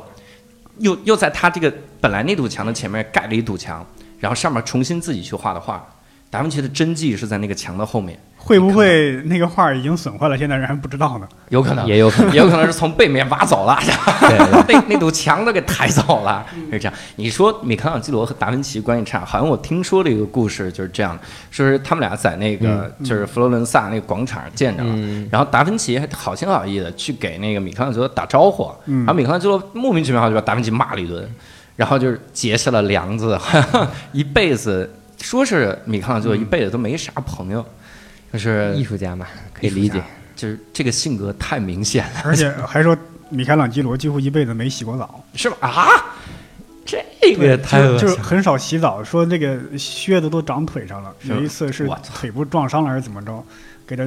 Speaker 1: 又又在他这个本来那堵墙的前面盖了一堵墙，然后上面重新自己去画的画。达芬奇的真迹是在那个墙的后面，
Speaker 2: 会不会那个画儿已经损坏了，现在人还不知道呢？
Speaker 1: 有可能
Speaker 3: 也有可 能。
Speaker 1: 也有可能是从背面挖走了，
Speaker 3: 对 对
Speaker 1: 那那堵墙都给抬走了，是这样。你说米开朗基罗和达芬奇关系差，好像我听说了一个故事，就是这样的，说是他们俩在那个、就是佛罗伦萨那个广场见着了，
Speaker 3: 嗯
Speaker 1: 然后达芬奇还好心好意的去给那个米开朗基罗打招呼，
Speaker 2: 嗯
Speaker 1: 然后米开朗基罗莫名其妙就把达芬奇骂了一顿，然后就是结下了梁子，好像一辈子说是米开朗
Speaker 3: 嗯
Speaker 1: 基罗一辈子都没啥朋友，就是
Speaker 3: 艺术家嘛，可以理解。，
Speaker 1: 就是这个性格太明显了，
Speaker 2: 而且还说米开朗基罗几乎一辈子没洗过澡，
Speaker 1: 是吧？啊，这个太
Speaker 2: 就
Speaker 1: 恶
Speaker 2: 就
Speaker 1: 心
Speaker 2: 是很少洗澡，说那个靴子都长腿上了。
Speaker 1: 是吧
Speaker 2: 有一次是
Speaker 1: 我
Speaker 2: 腿部撞伤了还是怎么着，给他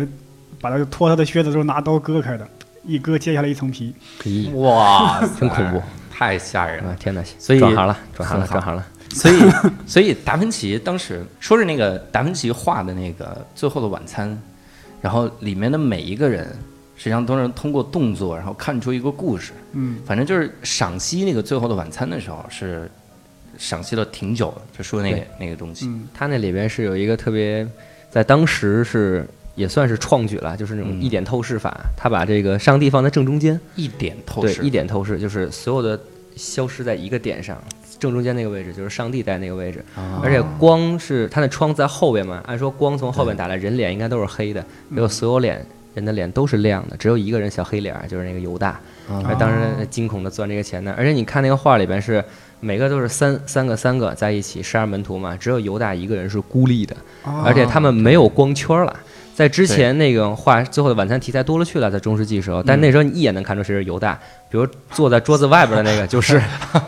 Speaker 2: 把他脱他的靴子都是拿刀割开的，一割揭下来一层皮。
Speaker 3: 可以。
Speaker 1: 哇，
Speaker 3: 真恐怖，
Speaker 1: 太吓人
Speaker 3: 啊
Speaker 1: 了！
Speaker 3: 天哪！
Speaker 1: 所以
Speaker 3: 转行了，转行了，
Speaker 1: 很好
Speaker 3: 转行了。
Speaker 1: 所以， 所以达芬奇当时说是那个达芬奇画的那个《最后的晚餐》，然后里面的每一个人实际上都能通过动作，然后看出一个故事。
Speaker 2: 嗯，
Speaker 1: 反正就是赏析那个《最后的晚餐》的时候是赏析了挺久的，就说那个那个东西。
Speaker 2: 嗯
Speaker 3: 他那里边是有一个特别，在当时是也算是创举了，就是那种一点透视法，他把这个上帝放在正中间，
Speaker 1: 一点透
Speaker 3: 对，
Speaker 1: 视，
Speaker 3: 一点透视就是所有的消失在一个点上，正中间那个位置就是上帝在那个位置，
Speaker 1: 啊
Speaker 3: 而且光是它的窗在后边嘛，按说光从后边打来，人脸应该都是黑的，
Speaker 1: 嗯
Speaker 3: 结果所有脸人的脸都是亮的，只有一个人小黑脸儿，就是那个犹大，
Speaker 1: 啊
Speaker 3: 哎当时惊恐的攥这个钱呢，而且你看那个画里边是。每个都是三三个三个在一起，十二门徒嘛，只有犹大一个人是孤立的，
Speaker 1: 哎
Speaker 2: 啊
Speaker 3: 而且他们没有光圈了。在之前那个画《最后的晚餐》题材多了去了，在中世纪时候，但那时候你一眼能看出谁是犹大，比如坐在桌子外边的那个就是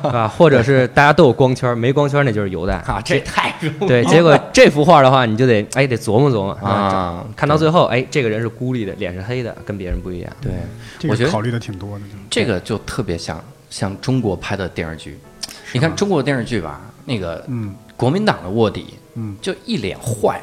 Speaker 3: 啊，或者是大家都有光圈，没光圈那就是犹大。
Speaker 1: 啊，这太容易
Speaker 3: 对，结果这幅画的话，你就得哎得琢磨琢磨啊，
Speaker 1: 啊，
Speaker 3: 看到最后哎，这个人是孤立的，脸是黑的，跟别人不一样。
Speaker 1: 对
Speaker 2: 这
Speaker 1: 我觉
Speaker 2: 个
Speaker 1: 得
Speaker 2: 考虑的挺多的，就是
Speaker 1: 这个就特别像像中国拍的电视剧，你看中国电视剧吧，那个
Speaker 2: 嗯
Speaker 1: 国民党的卧底，
Speaker 2: 嗯，
Speaker 1: 就一脸坏，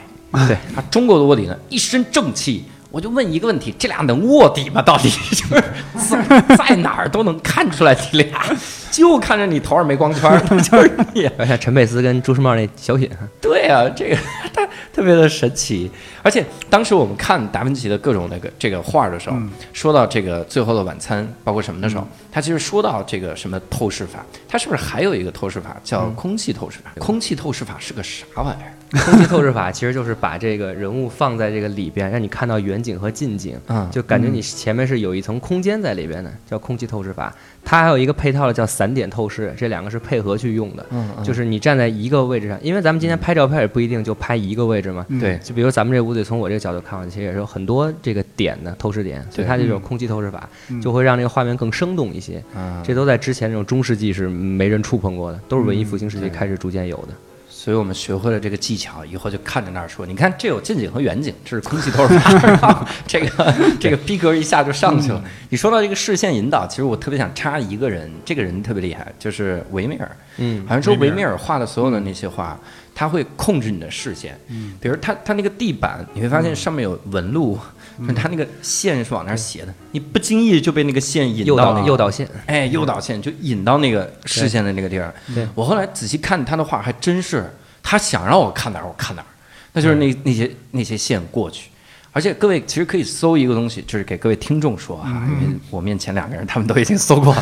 Speaker 3: 对
Speaker 1: 啊，中国的卧底呢一身正气。我就问一个问题：这俩能卧底吗？到底就是 在在哪儿都能看出来你俩，就看着你头上没光圈儿， 就是你。
Speaker 3: 而且陈佩斯跟朱时茂那小品，
Speaker 1: 对啊，这个 它特别的神奇。而且当时我们看达芬奇的各种那个这个画的时候，
Speaker 2: 嗯
Speaker 1: 说到这个《最后的晚餐》，包括什么的时候，他其实说到这个什么透视法，他是不是还有一个透视法叫空气透视法？空气透视法是个啥玩意儿？
Speaker 3: 空气透视法其实就是把这个人物放在这个里边，让你看到远景和近景，
Speaker 1: 嗯
Speaker 3: 就感觉你前面是有一层空间在里边的，叫空气透视法。它还有一个配套的叫散点透视，这两个是配合去用的，
Speaker 1: 嗯嗯
Speaker 3: 就是你站在一个位置上，因为咱们今天拍照片也不一定就拍一个位置嘛。
Speaker 2: 嗯
Speaker 1: 对
Speaker 3: 就比如咱们这屋子，从我这个角度看过去，其实也是有很多这个点的透视点，所以它这种空气透视法
Speaker 2: 嗯
Speaker 3: 就会让这个画面更生动一些。
Speaker 1: 啊，
Speaker 3: 这都在之前这种中世纪是没人触碰过的，都是文艺复兴时期
Speaker 1: 对
Speaker 3: 开始逐渐有的。
Speaker 1: 所以我们学会了这个技巧，以后就看着那儿说，你看这有近景和远景，这是空气透视法， 然后这个这个逼格一下就上去了。你说到这个视线引导，其实我特别想插一个人，这个人特别厉害，就是维米尔。
Speaker 3: 嗯，
Speaker 1: 好像说
Speaker 2: 维米
Speaker 1: 维
Speaker 2: 尔
Speaker 1: 米尔画的所有的那些画，他会控制你的视线。
Speaker 2: 嗯，
Speaker 1: 比如他他那个地板，你会发现上面有纹路，就是 他那个线是往那儿斜的，你不经意就被那个线引
Speaker 3: 诱
Speaker 1: 到那
Speaker 3: 导
Speaker 1: 个
Speaker 3: 诱导线。
Speaker 1: 哎，诱导线就引到那个视线的那个地儿。
Speaker 3: 对
Speaker 1: 我后来仔细看他的画，还真是他想让我看哪儿，我看哪儿，那就是那、那些那些线过去。而且各位其实可以搜一个东西，就是给各位听众说
Speaker 3: 嗯
Speaker 1: 啊，因为我面前两个人他们都已经搜过，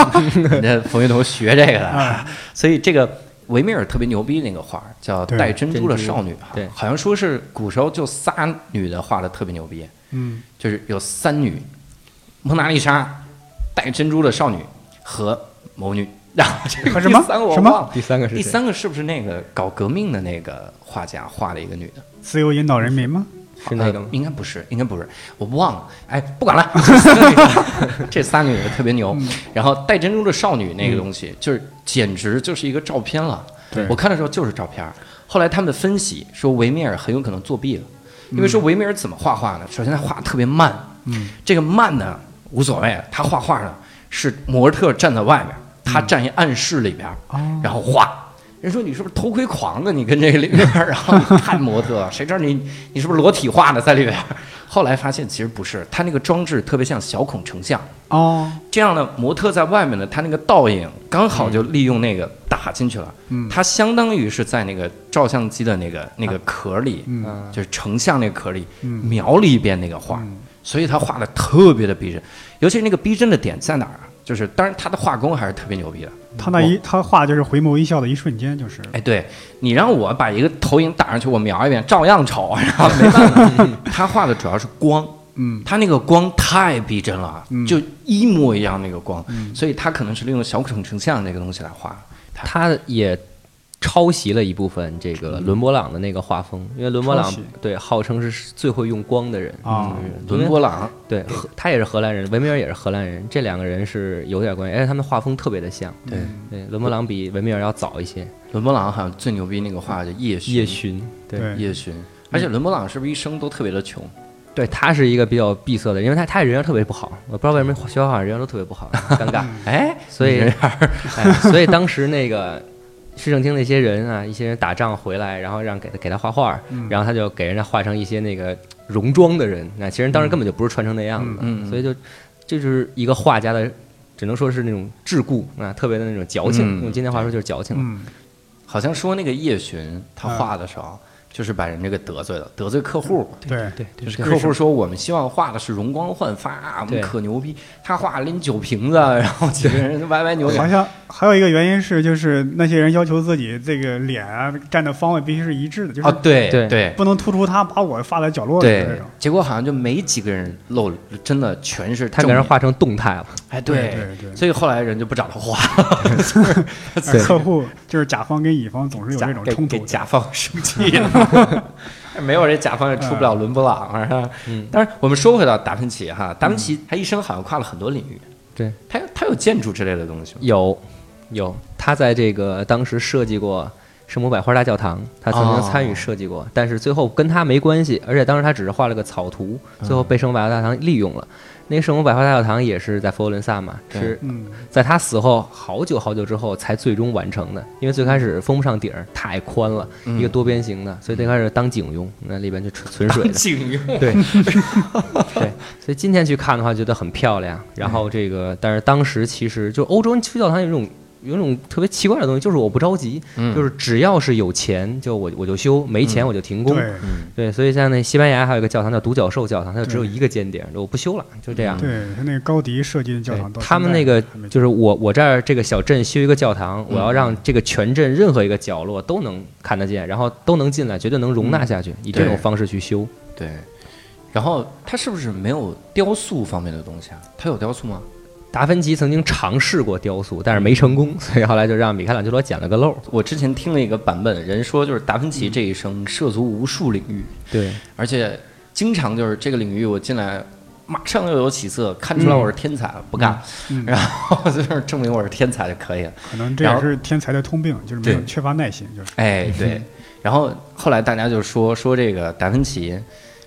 Speaker 1: 人家冯云彤学这个的
Speaker 3: 嗯
Speaker 1: 啊，所以这个维米尔特别牛逼那个画儿叫《
Speaker 2: 对
Speaker 1: 戴珍珠的
Speaker 3: 珍珠
Speaker 1: 少女》啊，
Speaker 3: 对
Speaker 1: 好像说是古时候就仨女的画的特别牛逼，
Speaker 2: 嗯
Speaker 1: 就是有三女，蒙娜丽莎、戴珍珠的少女和谋女。然后这个
Speaker 2: 和 什
Speaker 1: 第
Speaker 2: 么
Speaker 1: 三个我
Speaker 2: 什么
Speaker 1: 忘了，
Speaker 3: 第三个是
Speaker 1: 第
Speaker 3: 谁
Speaker 1: 三个是不是那个搞革命的那个画家画的一个女的？
Speaker 2: 自由引导人民吗？
Speaker 3: 是那个
Speaker 1: 呃
Speaker 3: 吗？
Speaker 1: 应该不是，应该不是，我忘了。哎，不管 了，这三个女的这仨女的特别牛。
Speaker 3: 嗯
Speaker 1: 然后戴珍珠的少女那个东西，就是简直就是一个照片了。
Speaker 2: 对
Speaker 1: 我看的时候就是照片儿。后来他们分析说，维米尔很有可能作弊了，
Speaker 3: 嗯
Speaker 1: 因为说维米尔怎么画画呢？首先他画得特别慢，
Speaker 2: 嗯，
Speaker 1: 这个慢呢无所谓，他画画呢是模特站在外面，他
Speaker 3: 嗯
Speaker 1: 站一暗室里边，
Speaker 2: 哦
Speaker 1: 然后画。人说你是不是偷窥狂啊？你跟这个里边儿，然后你看模 特，谁知道你你是不是裸体画的在里边儿？后来发现其实不是，他那个装置特别像小孔成像，
Speaker 2: 哦，
Speaker 1: 这样呢，模特在外面呢，他那个倒影刚好就利用那个打进去了，
Speaker 2: 嗯啊
Speaker 1: 它相当于是在那个照相机的那个那个壳里，
Speaker 2: 嗯
Speaker 3: 嗯，
Speaker 1: 就是成像那个壳里
Speaker 2: 嗯
Speaker 1: 描了一遍那个画，
Speaker 2: 嗯
Speaker 1: 所以他画的特别的逼真，尤其是那个逼真的点在哪儿啊？就是当然他的画工还是特别牛逼的，
Speaker 2: 他那一他画就是回眸一笑的一瞬间，就是
Speaker 1: 哎，对你让我把一个投影打上去，我瞄一遍照样丑，然后没办 法，嗯他画的主要是光。
Speaker 2: 嗯
Speaker 1: 他那个光太逼真了，
Speaker 2: 嗯
Speaker 1: 就一模一样那个光，
Speaker 2: 嗯
Speaker 1: 所以他可能是利用小孔成像这个东西来画。
Speaker 3: 他也抄袭了一部分这个伦勃朗的那个画风，因为伦勃
Speaker 2: 抄
Speaker 3: 朗
Speaker 2: 袭
Speaker 3: 对号称是最会用光的人
Speaker 2: 啊
Speaker 3: 就是
Speaker 1: 伦勃朗，
Speaker 3: 对，荷他也是荷兰人，维米尔也是荷兰人，这两个人是有点关系，而且他们画风特别的像。
Speaker 2: 嗯
Speaker 1: 对，
Speaker 3: 对，伦勃朗比维米尔要早一些，
Speaker 1: 伦勃朗好像最牛逼那个画叫夜巡，嗯
Speaker 3: 夜巡。对
Speaker 2: 对
Speaker 1: 夜巡，而且伦勃朗是不是一生都特别的穷？
Speaker 3: 对，他是一个比较闭塞的，因为他他人缘特别不好，我不知道为什么学校画人缘都特别不好，尴尬。
Speaker 1: 哎，
Speaker 3: 所以， 哎，所以当时那个市政厅那些人啊，一些人打仗回来，然后让给他给他画画，
Speaker 2: 嗯
Speaker 3: 然后他就给人家画成一些那个戎装的人，那其实人当时根本就不是穿成那样子的，
Speaker 1: 嗯嗯嗯
Speaker 3: 所以就这就是一个画家的，只能说是那种桎梏啊，特别的那种矫情，
Speaker 1: 嗯
Speaker 3: 用今天话说就是矫情。
Speaker 2: 嗯
Speaker 1: 嗯好像说那个夜巡他画的时候，就是把人这个得罪了，得罪客户。
Speaker 2: 对
Speaker 3: 对对，
Speaker 1: 就是
Speaker 3: 对
Speaker 1: 客户说我们希望画的是容光焕发，我们
Speaker 3: 对
Speaker 1: 可牛逼。他画拎酒瓶子， 然后几个人歪歪扭扭
Speaker 2: 好。像还有一个原因是，就是那些人要求自己这个脸啊站的方位必须是一致的，就
Speaker 1: 啊，
Speaker 2: 是
Speaker 1: 对
Speaker 3: 对
Speaker 1: 对
Speaker 2: 不能突出他把我画在角落里的那
Speaker 1: 对
Speaker 2: 种。，
Speaker 1: 结果好像就没几个人露，真的全是
Speaker 3: 他给
Speaker 1: 正
Speaker 3: 人
Speaker 1: 面。
Speaker 3: 画成动态了，
Speaker 1: 哎，
Speaker 2: 对对
Speaker 1: 所以后来人就不找他画，
Speaker 2: 而客户就是甲方跟乙方总是有这种
Speaker 1: 给
Speaker 2: 冲
Speaker 1: 给
Speaker 2: 突的。
Speaker 1: 甲方生气 了。没有这甲方也出不了伦勃朗啊。是吧
Speaker 3: 嗯
Speaker 1: 但是我们说回到达芬奇哈，达芬奇他一生好像跨了很多领域，
Speaker 3: 对，
Speaker 1: 他他有建筑之类的东 西吗？
Speaker 3: 有有，他在这个当时设计过圣母百花大教堂，他曾
Speaker 1: 哦
Speaker 3: 经参与设计过，但是最后跟他没关系，而且当时他只是画了个草图，最
Speaker 1: 嗯
Speaker 3: 后被圣母百花大教堂利用了。那个圣母百花大教堂也是在佛罗伦萨嘛，
Speaker 1: 对
Speaker 3: 是
Speaker 2: 嗯，
Speaker 3: 在他死后好久好久之后才最终完成的，因为最开始封不上顶儿，太宽了，
Speaker 2: 嗯
Speaker 3: 一个多边形的，所以最开始当井用，那里边就存存水 的。
Speaker 1: 警用
Speaker 3: 对，对，所以今天去看的话，觉得很漂亮。然
Speaker 2: 嗯
Speaker 3: 后这个，但是当时其实就欧洲人去教堂有一种有一种特别奇怪的东西，就是我不着急，
Speaker 1: 嗯
Speaker 3: 就是只要是有钱就我我就修，没钱我就停工。
Speaker 2: 嗯对
Speaker 3: 对，所以像那西班牙还有一个教堂叫独角兽教堂，它就只有
Speaker 2: 对嗯
Speaker 3: 一个尖顶，我不修了，就这样。
Speaker 2: 对，他那个高迪设计的教堂到现
Speaker 3: 对
Speaker 2: 在
Speaker 3: 他们那个
Speaker 2: 还没
Speaker 3: 就是我我这儿这个小镇修一个教堂，我
Speaker 1: 嗯
Speaker 3: 要让这个全镇任何一个角落都能看得见，然后都能进来，绝对能容纳下去，以
Speaker 1: 嗯
Speaker 3: 这
Speaker 1: 对
Speaker 3: 种方式去修。
Speaker 1: 对。然后他是不是没有雕塑方面的东西啊？他有雕塑吗？
Speaker 3: 达芬奇曾经尝试过雕塑，但是没成功，所以后来就让米开朗基罗捡了个漏。
Speaker 1: 我之前听了一个版本，人说就是达芬奇这一生涉足无数领域，
Speaker 3: 对，
Speaker 1: 而且经常就是这个领域我进来，马上就有起色，看出来我是天才了，不干，
Speaker 2: 嗯
Speaker 1: 然后就是证明我是天才就可以了。
Speaker 2: 可能这也是天才的通病，就是没有
Speaker 1: 对
Speaker 2: 缺乏耐心，就是
Speaker 1: 哎，对。然后后来大家就说说这个达芬奇，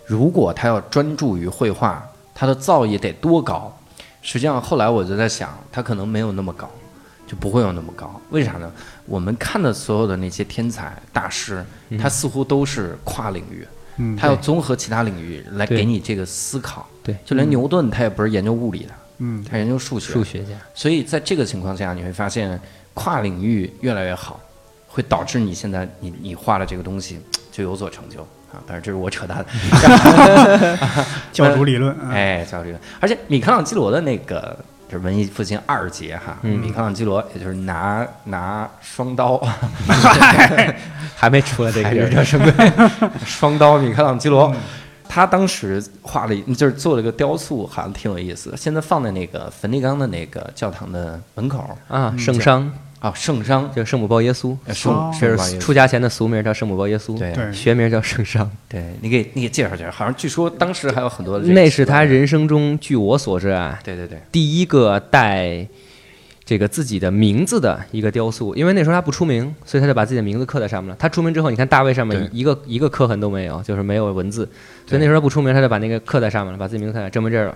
Speaker 1: 如果他要专注于绘画，他的造诣得多高？实际上后来我就在想，他可能没有那么高，就不会有那么高。为啥呢？我们看的所有的那些天才大师，他似乎都是跨领域，
Speaker 2: 嗯，
Speaker 1: 他要综合其他领域来
Speaker 3: 对
Speaker 1: 给你这个思考。
Speaker 3: 对
Speaker 1: 就连牛顿他也不是研究物理的，
Speaker 2: 嗯
Speaker 1: 他研究数学。
Speaker 3: 数学家，
Speaker 1: 所以在这个情况下，你会发现跨领域越来越好，会导致你现在你你画的这个东西就有所成就啊。但是这是我扯淡，
Speaker 2: 教主理论，嗯
Speaker 1: 哎，叫这个。而且米开朗基罗的那个就是文艺复兴二杰哈，米开朗基罗也就是拿拿双刀，
Speaker 3: 还没出来这 个
Speaker 1: 还
Speaker 3: 人
Speaker 1: 是
Speaker 3: 儿
Speaker 1: 叫什么双刀米开朗基罗。他当时画了一，就是做了个雕塑，好像挺有意思的。现在放在那个梵蒂冈的那个教堂的门口
Speaker 3: 啊，圣殇
Speaker 1: 啊，圣殇，
Speaker 3: 叫圣母包耶稣，
Speaker 1: 嗯呃圣
Speaker 2: 哦
Speaker 1: 圣
Speaker 3: 这
Speaker 1: 保
Speaker 3: 是
Speaker 1: 耶稣
Speaker 3: 出家前的俗名叫圣母包耶稣，
Speaker 1: 对
Speaker 2: 对
Speaker 3: 学名叫圣殇。
Speaker 1: 对你给你给介绍介绍，好像据说当时还有很多的这个啊
Speaker 3: 那是他
Speaker 1: 习
Speaker 3: 人生中，据我所知啊，
Speaker 1: 惯，对对对，
Speaker 3: 第一个带这个自己的名字的一个雕塑，因为那时候他不出名，所以他就把自己的名字刻在上面了。他出名之后，你看大卫上面
Speaker 1: 对
Speaker 3: 一个一个刻痕都没有，就是没有文字，所
Speaker 1: 对
Speaker 3: 以那时候他不出名，他就把那个刻在上面了，把自己名字刻在，证明这是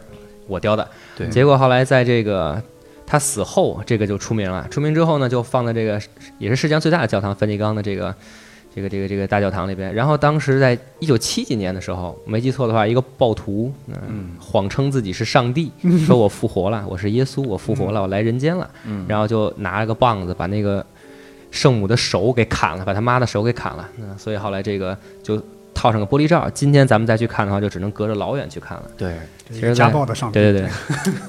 Speaker 3: 我雕的。
Speaker 1: 对
Speaker 3: 结果后来在这个他死后，这个就出名了。出名之后呢，就放在这个也是世界上最大的教堂——梵蒂冈的这个。这个这个这个大教堂里边，然后当时在一九七几年的时候，没记错的话，一个暴徒，嗯，谎称自己是上帝，说我复活了，我是耶稣，我复活了，我来人间了，然后就拿了个棒子把那个圣母的手给砍了，把他妈的手给砍了，嗯，所以后来这个就套上个玻璃罩，今天咱们再去看的话，就只能隔着老远去看了。
Speaker 1: 对
Speaker 2: 这
Speaker 3: 其实
Speaker 2: 是嗯家
Speaker 3: 在
Speaker 2: 暴的上帝，
Speaker 3: 对对对，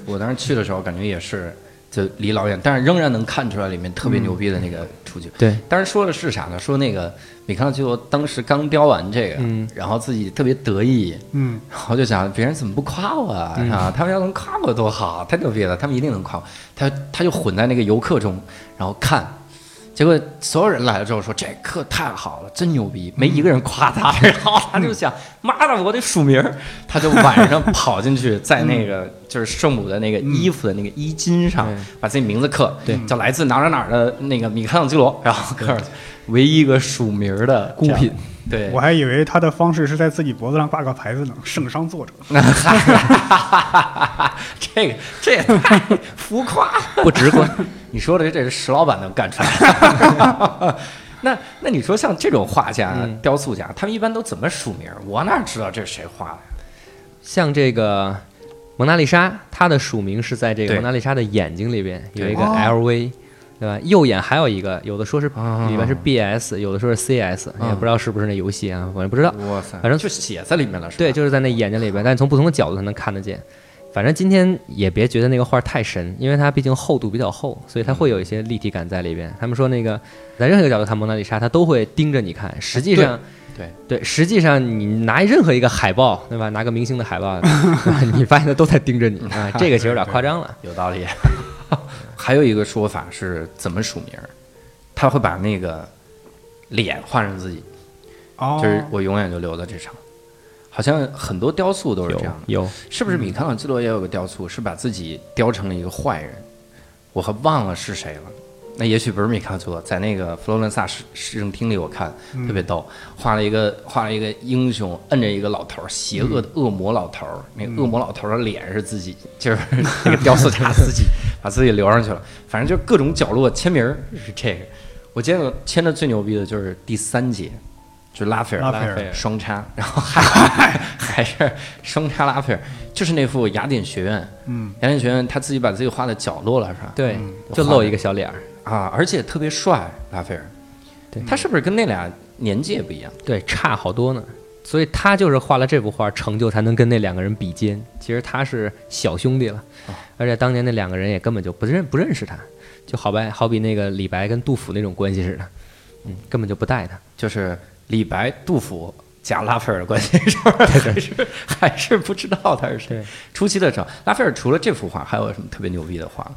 Speaker 1: 我当时去的时候感觉也是就离老远，但是仍然能看出来里面特别牛逼的那个处境。
Speaker 3: 对，
Speaker 1: 当时说的是啥呢？说那个米开朗基罗当时刚雕完这个，
Speaker 3: 嗯
Speaker 1: 然后自己特别得意，
Speaker 2: 嗯，
Speaker 1: 然后就想别人怎么不夸我啊？
Speaker 3: 嗯
Speaker 1: 啊他们要能夸我多好，太牛逼了，他们一定能夸我。他他就混在那个游客中，然后看，结果所有人来了之后说这课太好了，真牛逼，没一个人夸他。
Speaker 3: 嗯
Speaker 1: 然后他就想，妈的，我得署名儿。他就晚上跑进 去，在那个就是圣母的那个衣服的那个衣襟上，
Speaker 3: 对
Speaker 1: 把自己名字刻，
Speaker 3: 嗯对
Speaker 1: 叫来自哪儿哪儿哪儿的那个米开朗基罗，然后刻上去，唯一一个署名儿的
Speaker 3: 孤品。
Speaker 1: 对
Speaker 2: 我，还以为他的方式是在自己脖子上挂个牌子呢，
Speaker 3: 嗯
Speaker 2: 圣伤作者，
Speaker 1: 这个这也太浮夸了， 不直观。你说的这是石老板能干出来。 那那你说像这种画家、雕塑家，他们一般都怎么署名？我哪知道这是谁画的呀？
Speaker 3: 像这个蒙娜丽莎，她的署名是在这个
Speaker 1: 对
Speaker 3: 蒙娜丽莎的眼睛里边有一个
Speaker 2: 哦
Speaker 3: LV，对吧？右眼还有一个，有的说是
Speaker 1: 啊
Speaker 3: 里面是 BS，有的说是 CS，
Speaker 1: 啊
Speaker 3: 也不知道是不是那游戏啊，我也不知道。
Speaker 1: 哇塞，
Speaker 3: 反正
Speaker 1: 就写在里面了，是吧？
Speaker 3: 对，就是在那眼睛里边，但是从不同的角度才能看得见。反正今天也别觉得那个画太神，因为它毕竟厚度比较厚，所以它会有一些立体感在里边。他们说那个在任何一个角度看蒙娜丽莎，它都会盯着你看。实际上，
Speaker 1: 对
Speaker 3: 对实际上你拿任何一个海报，对吧？拿个明星的 海报，对吧你发现它都在盯着你啊，这个其实有点夸张了。
Speaker 1: 有道理。还有一个说法是怎么署名儿？他会把那个脸画成自己，
Speaker 2: 哦，
Speaker 1: 就是我永远就留在这上。好像很多雕塑都是这样的，嗯
Speaker 3: 有，
Speaker 1: 是不是？米开朗基罗也有个雕塑，是把自己雕成了一个坏人，我还忘了是谁了。那也许不是米开朗基罗，在那个佛罗伦萨市市政厅里，我看
Speaker 2: 嗯
Speaker 1: 特别逗，画了一个画了一个英雄，摁着一个老头儿，邪恶
Speaker 2: 嗯
Speaker 1: 的恶魔老头儿，那个恶魔老头儿的脸是自己， 就是那个雕塑家自己 把自己留上去了，反正就各种角落签名儿是这个。我见过签的最牛逼的就是第三节，就是拉斐尔
Speaker 2: 拉斐尔
Speaker 1: 双 叉，然后还 还是双叉拉斐尔，就是那幅雅典学院，
Speaker 2: 嗯，
Speaker 1: 雅典学院他自己把自己画的角落了是吧？
Speaker 3: 对，
Speaker 1: 我
Speaker 3: 就
Speaker 1: 画
Speaker 3: 露
Speaker 1: 的
Speaker 3: 一个小脸儿。
Speaker 1: 啊，而且特别帅，拉斐尔，
Speaker 3: 对
Speaker 1: 他是不是跟那俩年纪也不一样？
Speaker 3: 对，差好多呢。所以他就是画了这幅画，成就才能跟那两个人比肩。其实他是小兄弟了，而且当年那两个人也根本就不认不认识他，就好白好比那个李白跟杜甫那种关系似的，嗯，根本就不带他。
Speaker 1: 就是李白、杜甫加拉斐尔的关系是不是？还是还是不知道他是谁
Speaker 3: 对。
Speaker 1: 初期的时候，拉斐尔除了这幅画，还有什么特别牛逼的画？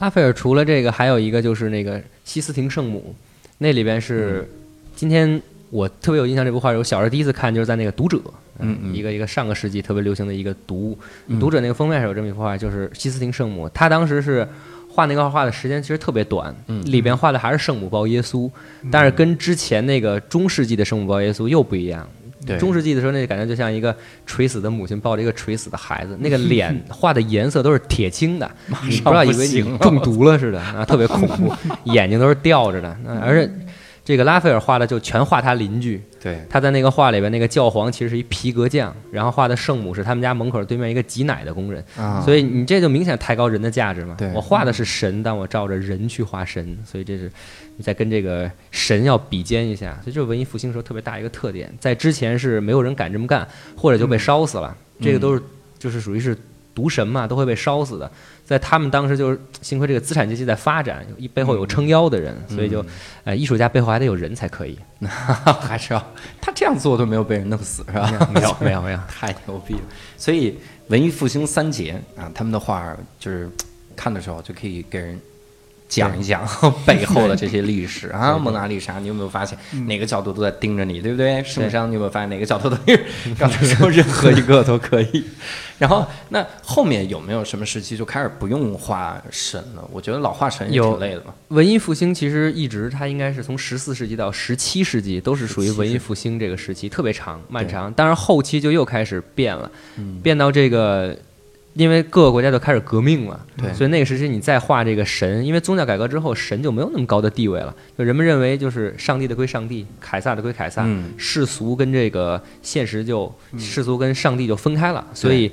Speaker 3: 拉斐尔除了这个，还有一个就是那个西斯廷圣母，那里边是、
Speaker 1: 嗯
Speaker 3: 今天我特别有印象这部画，我小时候第一次看就是在那个《读者》，
Speaker 1: 嗯嗯
Speaker 3: 一个一个上个世纪特别流行的一个读
Speaker 1: 嗯
Speaker 3: 读者那个封面上有这么一幅画，就是西斯廷圣母，她当时是。画那个画的时间其实特别短，
Speaker 1: 嗯
Speaker 3: 里边画的还是圣母抱耶稣，但是跟之前那个中世纪的圣母抱耶稣又不一样。
Speaker 1: 对
Speaker 3: 中世纪的时候，那感觉就像一个垂死的母亲抱着一个垂死的孩子， 那个脸画的颜色都是铁青的，你不要以为你中毒了似的啊，特别恐 怖，眼睛都是吊着的。啊而且这个拉斐尔画的就全画他邻居，
Speaker 1: 对，
Speaker 3: 他在那个画里边，那个教皇其实是一皮革匠，然后画的圣母是他们家门口对面一个挤奶的工人，
Speaker 1: 啊
Speaker 3: 所以你这就明显抬高人的价值嘛
Speaker 1: 对。
Speaker 3: 我画的是神，但我照着人去画神，所以这是你在跟这个神要比肩一下，所以这是文艺复兴时候特别大一个特点，在之前是没有人敢这么干，或者就被烧死了，这个都是就是属于是毒神嘛，都会被烧死的。在他们当时就是幸亏这个资产阶级在发展，一背后有撑腰的人，所以就呃艺术家背后还得有人才可以。
Speaker 1: 还是要他这样做都没有被人弄死是吧？
Speaker 3: 没有没有没有，
Speaker 1: 太牛逼了！所以文艺复兴三杰啊，他们的画就是看的时候就可以给人讲一讲 背后的这些历史啊。蒙娜丽莎，你有没有发现哪个角度都在盯着你，对不对？圣殇，你有没有发现哪个角度都是刚才说任何一个都可以？ 然后那后面有没有什么时期就开始不用画神了？我觉得老画神也
Speaker 3: 有
Speaker 1: 挺累的嘛。
Speaker 3: 文艺复兴其实一直它应该是从十四世纪到十七世纪都是属于文艺复兴这个时期，特别长漫长。当然后期就又开始变了，变到这个，因为各个国家都开始革命了，
Speaker 1: 对
Speaker 3: 所以那个时期你再画这个神，因为宗教改革之后神就没有那么高的地位了，就人们认为就是上帝的归上帝，凯撒的归凯撒，
Speaker 1: 嗯
Speaker 3: 世俗跟这个现实就世俗跟上帝就分开了，所以。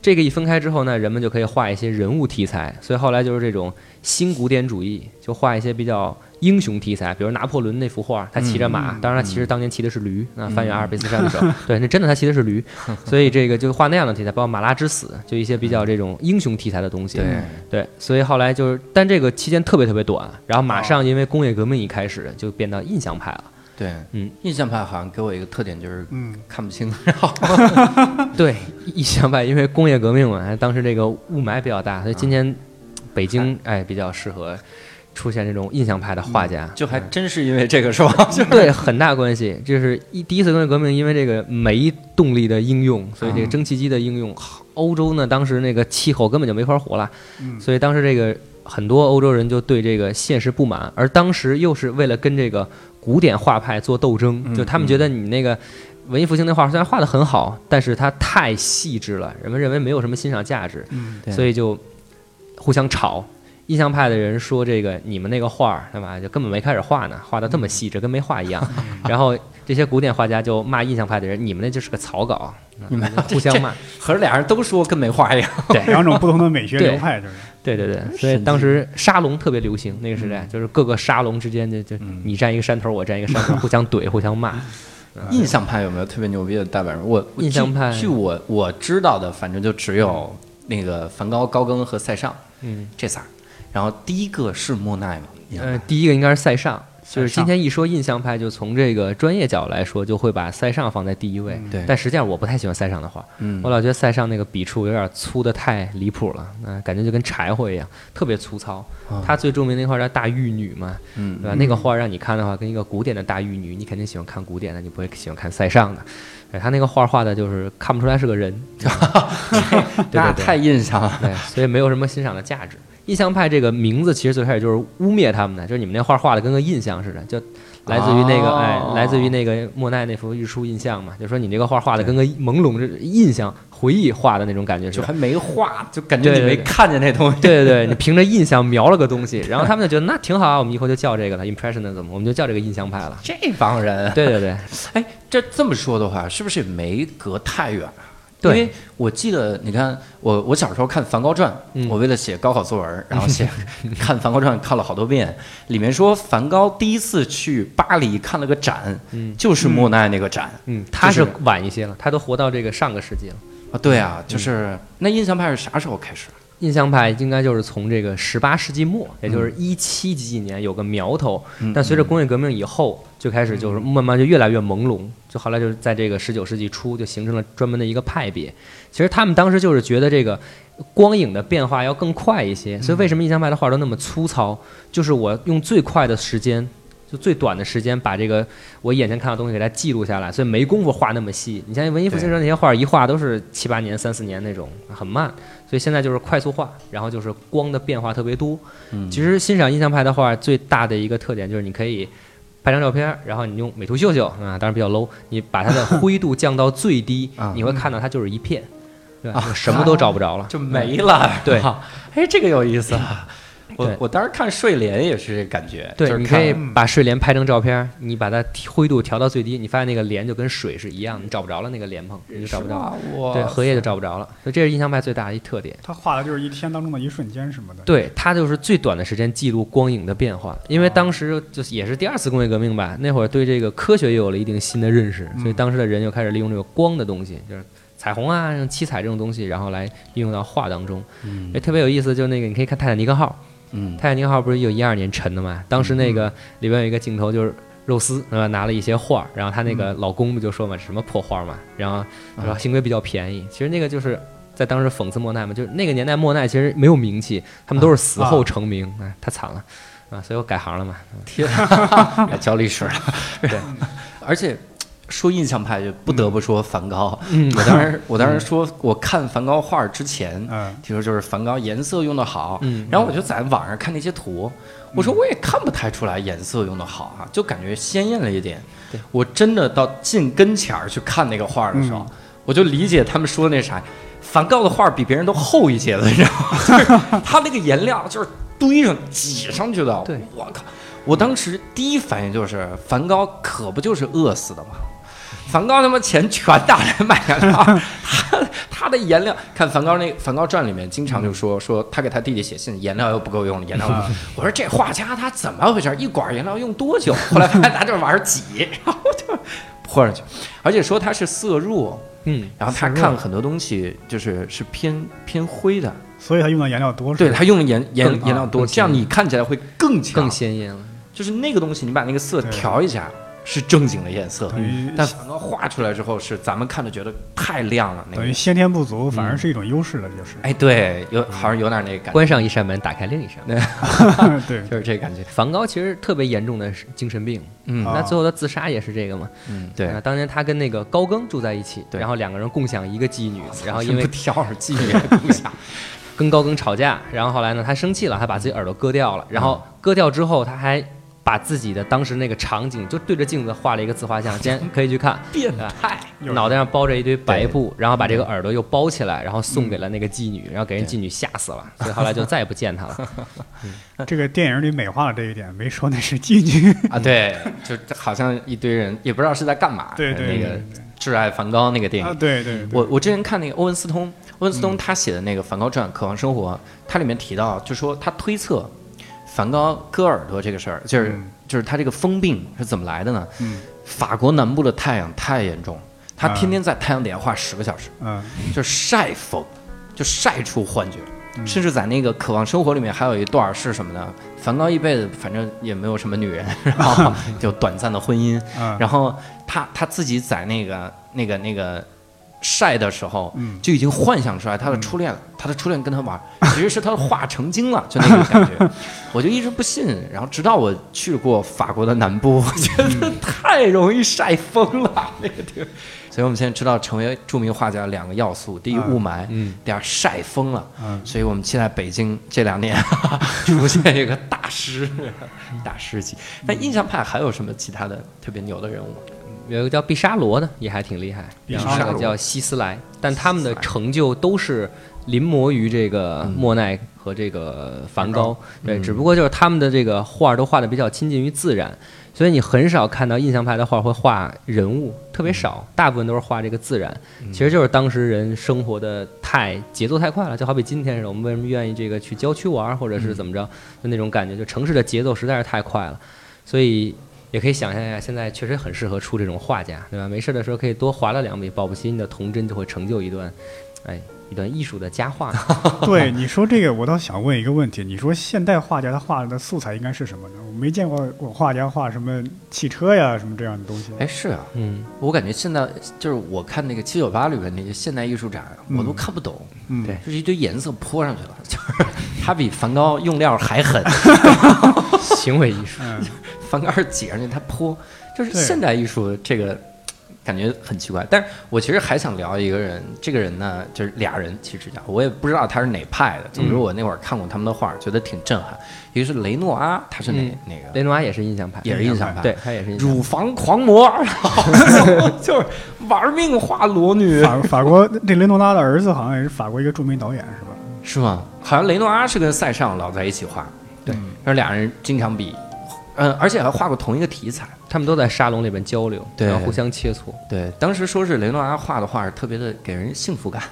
Speaker 3: 这个一分开之后呢，人们就可以画一些人物题材，所以后来就是这种新古典主义，就画一些比较英雄题材，比如拿破仑那幅画，他骑着马，当然他其实当年骑的是驴，那翻越阿尔卑斯山的时候，对，那真的他骑的是驴，所以这个就画那样的题材，包括马拉之死，就一些比较这种英雄题材的东西。
Speaker 1: 对
Speaker 3: 对，所以后来就是，但这个期间特别特别短，然后马上因为工业革命一开始就变到印象派了。
Speaker 1: 对，
Speaker 3: 嗯，
Speaker 1: 印象派好像给我一个特点就是
Speaker 2: 嗯，
Speaker 1: 看不清， 然后
Speaker 3: 对，印象派因为工业革命嘛，当时这个雾霾比较大，所以今年北京哎比较适合出现这种印象派的画家。
Speaker 1: 就还真是因为这个是吧？ 就
Speaker 3: 对，很大关系。就是一第一次工业革命，因为这个煤动力的应用，所以
Speaker 1: 嗯
Speaker 3: 这个蒸汽机的应用，欧洲呢当时那个气候根本就没法活了，
Speaker 2: 嗯
Speaker 3: 所以当时这个很多欧洲人就对这个现实不满，而当时又是为了跟这个古典画派做斗争，
Speaker 1: 嗯
Speaker 3: 就他们觉得你那个。文艺复兴那画虽然画得很好，但是它太细致了，人们认为没有什么欣赏价值。
Speaker 2: 嗯
Speaker 1: 对
Speaker 3: 所以就互相吵。印象派的人说这个你们那个画儿，对吧？就根本没开始画呢，画的这么细致，跟没画一样。然后这些古典画家就骂印象派的人，你们那就是个草稿，
Speaker 1: 你们
Speaker 3: 嗯 互相骂。
Speaker 1: 合着俩人都说跟没话一样。
Speaker 3: 对，
Speaker 2: 两种不同的美学
Speaker 3: 对
Speaker 2: 流派就是，
Speaker 3: 对对对，所以当时沙龙特别流行，那个时代就是各个沙龙之间就就
Speaker 1: 嗯
Speaker 3: 你站一个山头，我站一个山头，互相怼，互相骂。
Speaker 1: 印象派有没有特别牛逼的代表人物？我我
Speaker 3: 嗯印象
Speaker 1: 据
Speaker 3: 派
Speaker 1: 据我我知道的，反正就只有那个梵高、高更和塞尚
Speaker 3: 嗯，
Speaker 1: 这仨。然后第一个是莫奈嘛？印象派
Speaker 3: 呃，第一个应该是塞尚，就是
Speaker 2: 塞尚
Speaker 3: 今天一说印象派，就从这个专业角度来说，就会把塞尚放在第一位。
Speaker 1: 对，
Speaker 3: 但实际上我不太喜欢塞尚的画，
Speaker 1: 嗯
Speaker 3: 我老觉得塞尚那个笔触有点粗的太离谱了，那、感觉就跟柴火一样，特别粗糙。
Speaker 1: 哦
Speaker 3: 他最著名那块儿叫《大玉女》嘛，对
Speaker 1: 嗯
Speaker 3: 吧？那个画儿让你看的话，跟一个古典的大玉女，你肯定喜欢看古典的，你不会喜欢看塞尚的。哎，他那个画儿画的就是看不出来是个人， 对对
Speaker 1: 那
Speaker 3: 对
Speaker 1: 太印象了。
Speaker 3: 对，所以没有什么欣赏的价值。印象派这个名字其实最开始就是污蔑他们的，就是你们那画画的跟个印象似的，就来自于那个、
Speaker 1: 哦
Speaker 3: 哎，来自于那个莫奈那幅日出印象嘛，就说你这个画画的跟个朦胧这印象回忆画的那种感觉似
Speaker 1: 就
Speaker 3: 的。
Speaker 1: 还没画，就感觉你
Speaker 3: 对对
Speaker 1: 没
Speaker 3: 对
Speaker 1: 看见那东西。
Speaker 3: 对对对，你凭着印象描了个 东西，然后他们就觉得那挺好啊，我们以后就叫这个了，impressionism，我们就叫这个印象派了。
Speaker 1: 这帮人，
Speaker 3: 对对对，
Speaker 1: 哎，这这么说的话，是不是也没隔太远啊？因
Speaker 3: 对
Speaker 1: 为我记得，你看我我小时候看《梵高传》
Speaker 3: 嗯
Speaker 1: 我为了写高考作文，然后 写看《梵高传》看了好多遍。里面说梵高第一次去巴黎看了个展，
Speaker 3: 嗯
Speaker 1: 就是莫奈那个展、
Speaker 3: 嗯，他
Speaker 1: 就是
Speaker 3: 是晚一些了，他都活到这个上个世纪了。
Speaker 1: 啊。对
Speaker 3: 嗯
Speaker 1: 啊，就是、那印象派是啥时候开始？
Speaker 3: 印象派应该就是从这个十八世纪末，也就是一七几几年有个苗头，
Speaker 1: 嗯
Speaker 3: 但随着工业革命以后，就开始就是慢慢就越来越朦胧，就后来就是在这个十九世纪初就形成了专门的一个派别。其实他们当时就是觉得这个光影的变化要更快一些，所以为
Speaker 1: 嗯
Speaker 3: 什么印象派的画都那么粗糙？就是我用最快的时间。就最短的时间把这个我眼前看到的东西给它记录下来，所以没工夫画那么细。你像文艺复兴时候那些画，一画都是七八年、三四年那种，很慢。所以现在就是快速化，然后就是光的变化特别多。
Speaker 1: 嗯
Speaker 3: 其实欣赏印象派的画最大的一个特点就是你可以拍张照片，然后你用美图秀秀啊，当然比较 low，你把它的灰度降到最低
Speaker 1: 啊，
Speaker 3: 你会看到它就是一片，对吧
Speaker 1: 啊？
Speaker 3: 就什么都找不着了。
Speaker 1: 就没了。
Speaker 3: 对
Speaker 1: 啊哎，这个有意思啊。 我
Speaker 3: 对
Speaker 1: 我当时看《睡莲》也是这感觉，就
Speaker 3: 对，
Speaker 1: 是
Speaker 3: 你
Speaker 1: 看
Speaker 3: 可以
Speaker 2: 嗯
Speaker 3: 把睡莲拍成照片，你把它灰度调到最低，你发现那个莲就跟水是一样，你找不着了那个莲蓬，你就找不着，
Speaker 1: 哇，我
Speaker 3: 对，荷叶就找不着了。所以这是印象派最大的一特点。
Speaker 2: 他画的就是一天当中的一瞬间什么的。
Speaker 3: 对，它就是最短的时间记录光影的变化，因为当时就是也是第二次工业革命吧，那会儿对这个科学又有了一定新的认识，所以当时的人又开始利用这个光的东西，就是彩虹啊、像七彩这种东西，然后来应用到画当中。
Speaker 1: 嗯
Speaker 3: 哎，特别有意思，就是那个你可以看泰坦尼克号，
Speaker 1: 嗯
Speaker 3: 泰坦尼克号不是有一二年沉的嘛？当时那个里边有一个镜头就是肉丝，呃，拿了一些画儿，然后她那个老公不就说嘛，什么破画儿嘛，然后
Speaker 1: 嗯啊
Speaker 3: 说幸亏比较便宜。其实那个就是在当时讽刺莫奈嘛，就是那个年代莫奈其实没有名气，他们都是死后成名，哎，太惨了。啊，所以我改行了嘛。
Speaker 1: 来教历史了。对，而且说印象派就不得不说梵高。
Speaker 3: 嗯
Speaker 1: 我当 时我当时说我看梵高画之前，
Speaker 2: 嗯，
Speaker 1: 听说就是梵高颜色用的好，
Speaker 3: 嗯
Speaker 1: 然后我就在网上看那些图，我说我也看不太出来颜色用的好啊，就感觉鲜艳了一点
Speaker 3: 嗯对。
Speaker 1: 我真的到近跟前儿去看那个画的时
Speaker 3: 嗯
Speaker 1: 候，我就理解他们说那啥，梵高的画比别人都厚一截子，你知道吗？就 是他那个颜料就是堆上挤上去的。
Speaker 3: 对，
Speaker 1: 我靠！我当时第一反应就是，梵高可不就是饿死的吗？梵高他妈钱全拿来买颜料， 他他的颜料，看梵高那《梵高传》里面经常就说说他给他弟弟写信，颜料又不够用了，颜料不够用。我说这画家他怎么回事？一管颜料用多久？后来发现他就是玩挤，然后就泼上去，而且说他是色弱，
Speaker 3: 嗯，
Speaker 1: 然后他
Speaker 2: 色弱
Speaker 1: 看很多东西就是是偏偏灰的，
Speaker 2: 所以他用的颜料多是
Speaker 1: 对
Speaker 2: 吧，
Speaker 1: 他用的颜颜
Speaker 3: 更
Speaker 1: 颜料多，
Speaker 3: 更
Speaker 1: 这样你看起来会更强，
Speaker 3: 更鲜艳了。
Speaker 1: 就是那个东西，你把那个色
Speaker 2: 对
Speaker 1: 调一下是正经的颜色，
Speaker 2: 等于
Speaker 1: 但梵高画出来之后是咱们看着觉得太亮了，那个
Speaker 2: 等于先天不足，反而是一种优势了，就是。
Speaker 1: 哎，对，有好像有点那个感觉，
Speaker 3: 关上一扇门，打开另一扇门。
Speaker 2: 对，
Speaker 1: 就是这感觉。
Speaker 3: 梵高其实特别严重的是精神病，
Speaker 1: 嗯
Speaker 2: 啊
Speaker 3: 那最后他自杀也是这个嘛。
Speaker 1: 嗯，对
Speaker 3: 啊，，当年他跟那个高更住在一起，
Speaker 1: 对
Speaker 3: 然后两个人共享一个妓女，然后因
Speaker 1: 真
Speaker 3: 为
Speaker 1: 不挑耳机也不想，
Speaker 3: 跟高更吵架，然后后来呢，他生气了，他把自己耳朵割掉了，然后割掉之后，他还把自己的当时那个场景就对着镜子画了一个自画像，今天可以去看，
Speaker 1: 变态。
Speaker 2: 有
Speaker 3: 脑袋上包着一堆白布，然后把这个耳朵又包起来，然后送给了那个妓女，然后给人妓女吓死了，所以后来就再也不见他了。
Speaker 2: 这个电影里美化了这一点，没说那是妓女。
Speaker 1: 啊，对，就好像一堆人也不知道是在干嘛，
Speaker 2: 对对
Speaker 1: 那个
Speaker 2: 对对
Speaker 1: 挚爱梵高那个电影
Speaker 2: 啊，。嗯对对，对
Speaker 1: 我我之前看那个欧文斯通，欧文斯通他写的那个《梵高传：渴望生活》，它里面提到，就说他推测梵高割耳朵这个事儿，就是、
Speaker 2: 嗯
Speaker 1: 就是他这个风病是怎么来的呢？
Speaker 2: 嗯
Speaker 1: 法国南部的太阳太严重，他
Speaker 2: 啊
Speaker 1: 天天在太阳底下画十个小时，
Speaker 2: 嗯
Speaker 1: 就晒疯，就晒出幻觉。
Speaker 2: 嗯
Speaker 1: 甚至在那个《渴望生活》里面还有一段是什么呢？梵高一辈子反正也没有什么女 人，然后就短暂的婚姻，
Speaker 2: 啊，
Speaker 1: 然后他他自己在那个那个那个晒的时候，
Speaker 2: 嗯
Speaker 1: 就已经幻想出来他的初恋了，他的初恋跟他玩儿，其实是他的画成精了，就那个感 觉。我就一直不信，然后直到我去过法国的南 部，我觉得太容易晒疯了那个地方。所以我们现在知道成为著名画家的两个要素：第一，
Speaker 2: 嗯
Speaker 1: 雾霾；
Speaker 3: 嗯
Speaker 1: 第二，晒疯了。
Speaker 2: 嗯
Speaker 1: 所以我们期待北京这两年 出现一个大师， 大师级。那印象派还有什么其他的特别牛的人物吗？
Speaker 3: 有一个叫毕沙罗的也还挺厉害，
Speaker 2: 毕
Speaker 3: 然
Speaker 2: 沙
Speaker 3: 后还有
Speaker 2: 罗
Speaker 3: 叫希斯莱，但他们的
Speaker 1: 希斯莱
Speaker 3: 成就都是临摹于这个
Speaker 1: 嗯
Speaker 3: 莫奈和这个梵高，对，
Speaker 1: 嗯
Speaker 3: 只不过就是他们的这个画儿都画的比较亲近于自然，所以你很少看到印象派的画儿会画人物，特别少，大部分都是画这个自然，其实就是当时人生活的太节奏太快了，就好比今天似的，我们为什么愿意这个去郊区玩儿，或者是怎么着，就那种感觉，就城市的节奏实在是太快了，所以也可以想象一下，现在确实很适合出这种画家，对吧？没事的时候可以多划拉两笔，保不齐你的童真就会成就一段，哎，一段艺术的佳话。
Speaker 2: 对你说这个，我倒想问一个问题，你说现代画家他画的素材应该是什么呢？我没见过我画家画什么汽车呀，什么这样的东西。
Speaker 1: 哎，是啊，
Speaker 3: 嗯，
Speaker 1: 我感觉现在就是我看那个七九八里面那些现代艺术展，我都看不懂，
Speaker 2: 嗯，
Speaker 3: 对
Speaker 1: 就是一堆颜色泼上去了， 就是他比梵高用料还狠，
Speaker 3: 行为艺术。
Speaker 2: 嗯，
Speaker 1: 梵高是挤上去他泼，就是
Speaker 2: 对
Speaker 1: 现代艺术这个感觉很奇怪。但是我其实还想聊一个人，这个人呢就是俩人，其实讲我也不知道他是哪派的，总之我那会儿看过他们的画，觉得挺震撼。一个是雷诺阿，他是哪、
Speaker 3: 嗯
Speaker 1: 哪个？
Speaker 3: 雷诺阿也是印象派，
Speaker 1: 也是印象派
Speaker 3: 对他也是印象派。
Speaker 1: 乳房狂魔，然后就是玩命画裸女，
Speaker 2: 法法国这雷诺拉的儿子好像也是法国一个著名导演是吧？
Speaker 1: 是吗？好像雷诺阿是跟塞尚老在一起画，
Speaker 3: 对
Speaker 2: 嗯，
Speaker 1: 而俩人经常比，嗯，而且还画过同一个题材。
Speaker 3: 他们都在沙龙里边交流，
Speaker 1: 对
Speaker 3: 然后互相切磋。
Speaker 1: 对，当时说是雷诺阿画的画是特别的给人幸 福感，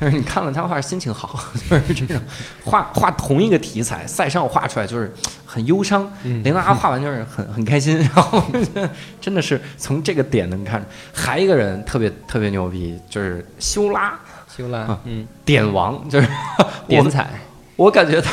Speaker 1: 就是你看了他画心情好， 就是这种画画同一个题材，塞尚画出来就是很忧伤，
Speaker 3: 嗯
Speaker 1: 雷诺阿画完就是很很开心，然 后我就觉得真的是从这个点能看出。还一个人特别特别牛逼，就是修拉
Speaker 3: 修拉
Speaker 1: 啊，
Speaker 3: 嗯，
Speaker 1: 点王，就是我
Speaker 3: 点
Speaker 1: 们
Speaker 3: 彩，
Speaker 1: 我感觉他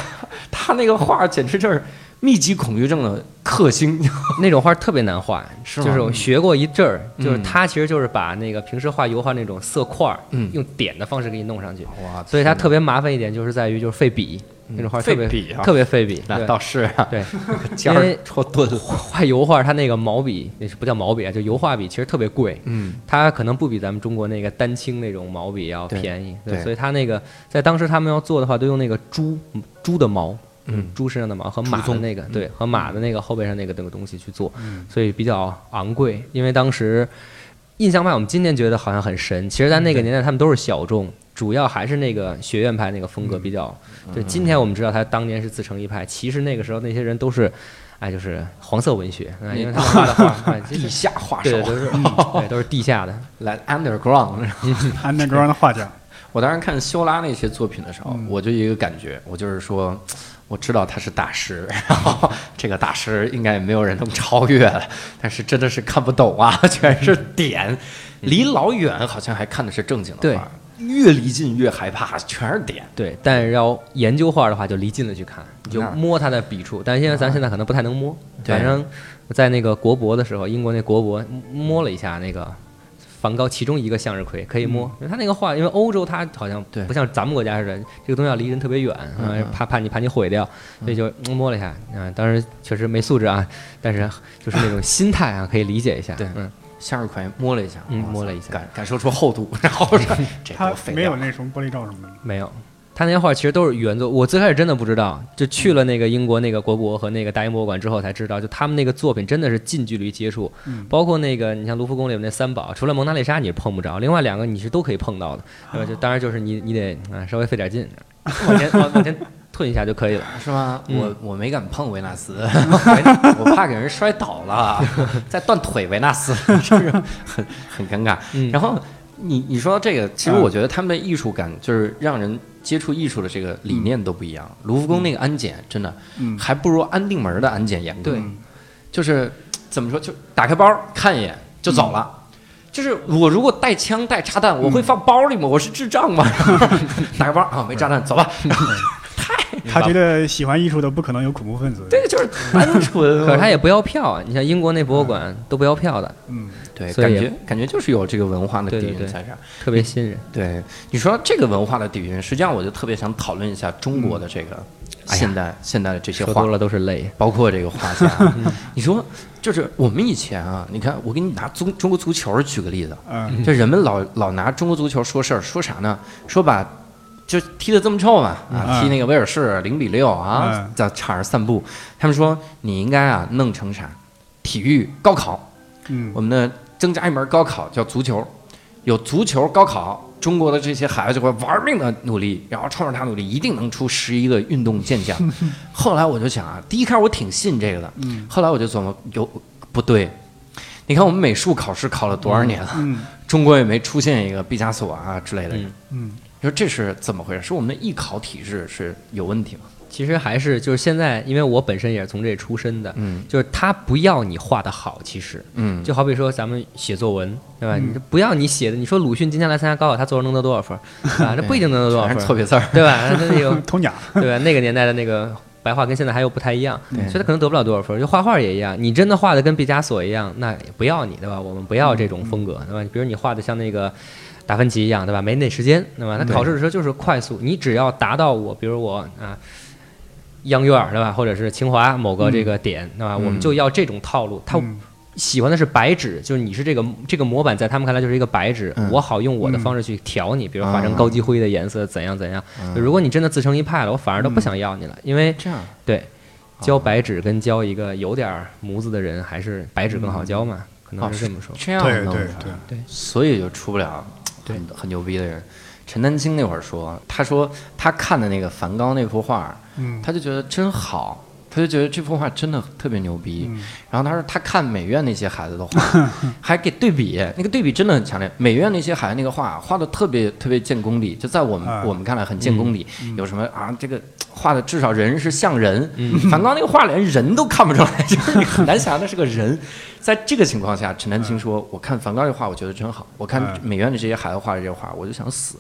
Speaker 1: 他那个画简直就是密集恐惧症的克星，
Speaker 3: 那种画特别难画，
Speaker 1: 是
Speaker 3: 就是
Speaker 1: 吗
Speaker 3: 我学过一阵儿，
Speaker 1: 嗯
Speaker 3: 就是他其实就是把那个平时画油画那种色块儿，
Speaker 1: 嗯
Speaker 3: 用点的方式给你弄上去，
Speaker 1: 哇
Speaker 3: 所以它特别麻烦一点，就是在于就是费笔，那种画特别
Speaker 1: 费笔啊
Speaker 3: 特别费笔，
Speaker 1: 那
Speaker 3: 对
Speaker 1: 倒是啊，
Speaker 3: 对，
Speaker 1: 尖
Speaker 3: 因
Speaker 1: 儿
Speaker 3: 为
Speaker 1: 戳钝 了，
Speaker 3: 画油画，它那个毛笔也是不叫毛笔啊，就油画笔，其实特别贵，
Speaker 1: 嗯，
Speaker 3: 它可能不比咱们中国那个丹青那种毛笔要
Speaker 1: 对
Speaker 3: 便宜，
Speaker 1: 对
Speaker 3: 所以它那个在当时他们要做的话，都用那个猪猪的毛，
Speaker 1: 嗯，
Speaker 3: 猪身上的毛和马的那个，对，和马的那个后背上那个那个东西去做，
Speaker 2: 嗯
Speaker 3: 所以比较昂贵，因为当时印象派我们今天觉得好像很神，其实在那个年代他们都是小众。
Speaker 1: 嗯
Speaker 3: 主要还是那个学院派那个风格比较，
Speaker 1: 嗯
Speaker 3: 就今天我们知道他当年是自成一派，其实那个时候那些人都是，哎，就是黄色文学，啊因为他们画的画，哎其实
Speaker 1: 嗯地下画手啊
Speaker 3: 对，都是、对，都是地下的。
Speaker 1: 来 underground。
Speaker 2: 安德格尔的画家，
Speaker 1: 我当时看修拉那些作品的时候，
Speaker 2: 嗯
Speaker 1: 我就一个感觉，我就是说，我知道他是大师，然后这个大师应该也没有人能超越了，但是真的是看不懂啊，全是点，离老远好像还看的是正经的
Speaker 3: 嗯对
Speaker 1: 画，越离近越害怕，全是点。
Speaker 3: 对，但是要研究画的话，就离近了去看，你就
Speaker 1: 那啊
Speaker 3: 摸它的笔触。但是因为咱现在可能不太能摸，
Speaker 1: 对
Speaker 3: 反正在那个国博的时候，英国那国博摸了一下那个梵高其中一个向日葵，可以摸，因为他那个画，因为欧洲它好像
Speaker 1: 嗯对
Speaker 3: 不像咱们国家似的，这个东西要离人特别远，
Speaker 1: 嗯
Speaker 3: 呃怕怕你怕你毁掉，所以就摸了一下。啊、当然确实没素质啊，但是就是那种心态啊，可以理解一下。
Speaker 1: 对
Speaker 3: 嗯，
Speaker 1: 向日葵摸了一下，
Speaker 3: 嗯
Speaker 1: 哇塞
Speaker 3: 摸了一下
Speaker 1: 感感受出厚度，然 后说这
Speaker 2: 他
Speaker 1: 多啊废
Speaker 2: 没有
Speaker 1: 料。
Speaker 2: 那什么玻璃罩什么的吗。
Speaker 3: 没有，他那些画其实都是原作。我最开始真的不知道，就去了那个英国那个国博和那个大英博物馆之后才知道，就他们那个作品真的是近距离接触，
Speaker 2: 嗯
Speaker 3: 包括那个你像卢浮宫里面那三宝，除了蒙娜丽莎你是碰不着，另外两个你是都可以碰到的。对吧？就当然就是你你得啊、稍微费点劲，往前往往前吞一下就可 以了。
Speaker 1: 是吗？
Speaker 3: 嗯
Speaker 1: 我我没敢碰维纳斯，维纳我怕给人摔倒了，再断腿维纳斯， 这个很很尴尬。
Speaker 3: 嗯，
Speaker 1: 然
Speaker 3: 后
Speaker 1: 后你你说到这个，其实
Speaker 2: 嗯
Speaker 1: 我觉得他们的艺术感就是让人接触艺术的这个理念都不一样。卢浮宫那个安检真的
Speaker 2: 嗯，
Speaker 1: 还不如安定门的安检严格，
Speaker 3: 对，
Speaker 1: 就是怎么说，就打开包看一眼就走了。就是我如果带枪带炸弹，我会放包里吗？我是智障吗？ 打开包啊，没炸弹，走吧。
Speaker 2: 他觉得喜欢艺术的不可能有恐怖分子。
Speaker 1: 这个就是单纯。
Speaker 3: 可是他也不要票，啊你像英国那博物馆都不要票的，
Speaker 2: 嗯，
Speaker 1: 对，
Speaker 3: 所
Speaker 1: 感
Speaker 3: 以
Speaker 1: 觉感觉就是有这个文化的底
Speaker 3: 对对
Speaker 1: 蕴
Speaker 3: 对
Speaker 1: 在这儿。
Speaker 3: 特别新人。
Speaker 1: 对，你说这个文化的底蕴，实际上我就特别想讨论一下中国的这个
Speaker 3: 哎呀
Speaker 1: 现代、现代的这些
Speaker 3: 说
Speaker 1: 画
Speaker 3: 多，了都是泪。
Speaker 1: 包括这个画 家。你说，就是我们以前啊，你看，我给你拿中中国足球举个例子，
Speaker 2: 嗯，
Speaker 1: 就人们老老拿中国足球说事儿，说啥呢？说把就踢得这么臭嘛，啊，
Speaker 2: 嗯
Speaker 1: 踢那个威尔士零比六啊
Speaker 2: 嗯，
Speaker 1: 在场上散步，他们说你应该啊弄成啥？体育高考，
Speaker 2: 嗯，
Speaker 1: 我们呢增加一门高考叫足球，有足球高考，中国的这些孩子就会玩命的努力，然后冲着他努力，一定能出十一个运动健将。后来我就想啊，第一开始我挺信这个的，
Speaker 2: 嗯
Speaker 1: 后来我就琢磨有不对。你看我们美术考试考了多少年了，
Speaker 2: 嗯
Speaker 1: 中国也没出现一个毕加索啊之类的人。
Speaker 3: 嗯
Speaker 2: 嗯
Speaker 1: 你说这是怎么回事？是我们的艺考体制是有问题吗？
Speaker 3: 其实还是就是现在，因为我本身也是从这出身的，
Speaker 1: 嗯
Speaker 3: 就是他不要你画的好，其实
Speaker 1: 嗯，
Speaker 3: 就好比说咱们写作文，对吧？
Speaker 2: 嗯
Speaker 3: 你就不要你写的，你说鲁迅今天来参加高考，他作文能得多少分儿 啊？这不一定能得多
Speaker 1: 全
Speaker 3: 少
Speaker 1: 是
Speaker 3: 分
Speaker 1: 错
Speaker 3: 儿，
Speaker 1: 别字儿。
Speaker 3: 对吧？那有
Speaker 2: 嗯，偷鸟，
Speaker 3: 对吧？那个年代的那个白话跟现在还又不太一样，
Speaker 1: 对
Speaker 3: 所以他可能得不了多少分儿。就画画也一样，你真的画的跟毕加索一样，那也不要你，对吧？我们不要这种风格，
Speaker 1: 嗯
Speaker 3: 对吧？比如你画的像那个达芬奇一样，对吧？没那时间，对吧？他
Speaker 1: 对
Speaker 3: 考试的时候就是快速，你只要达到我，比如我啊。央院对吧，或者是清华某
Speaker 1: 嗯
Speaker 3: 个这个点、对吧？我们就要这种套路。他
Speaker 2: 嗯
Speaker 3: 喜欢的是白纸，就是你是这个这个模板，在他们看来就是一个白纸，
Speaker 1: 嗯
Speaker 3: 我好用我的
Speaker 2: 嗯
Speaker 3: 方式去调你，比如画
Speaker 1: 啊
Speaker 3: 成高级灰的颜色，怎样怎样。如果你真的自成一派了，我反而都不想要你了，因为
Speaker 1: 这样，
Speaker 3: 对教白纸跟教一个有点儿模子的人，还是白纸更好教嘛，可
Speaker 1: 哦
Speaker 3: 能是这么说。
Speaker 1: 这样
Speaker 2: 对
Speaker 1: 弄
Speaker 2: 对
Speaker 1: 法
Speaker 2: 对，
Speaker 1: 所以就出不了
Speaker 3: 对
Speaker 1: 很很牛逼的人。陈丹青那会儿说，他说他看的那个梵高那幅画，
Speaker 2: 嗯
Speaker 1: 他就觉得真好，他就觉得这幅画真的特别牛逼。
Speaker 2: 嗯
Speaker 1: 然后他说他看美院那些孩子的 画，还给对比，那个对比真的很强烈。美院那些孩子那个画画的特别特别见功力，就在我们、
Speaker 2: 啊嗯
Speaker 1: 我们看来很见功力。有什么啊？这个画的至少人是像人，
Speaker 3: 嗯
Speaker 1: 梵高那个画连人都看不出来，就是你很难想象那是个 人。在这个情况下，陈丹青说：“我看梵高这画，我觉得真好。我看
Speaker 2: 嗯
Speaker 1: 美院的这些孩子画的这些画，我就想死，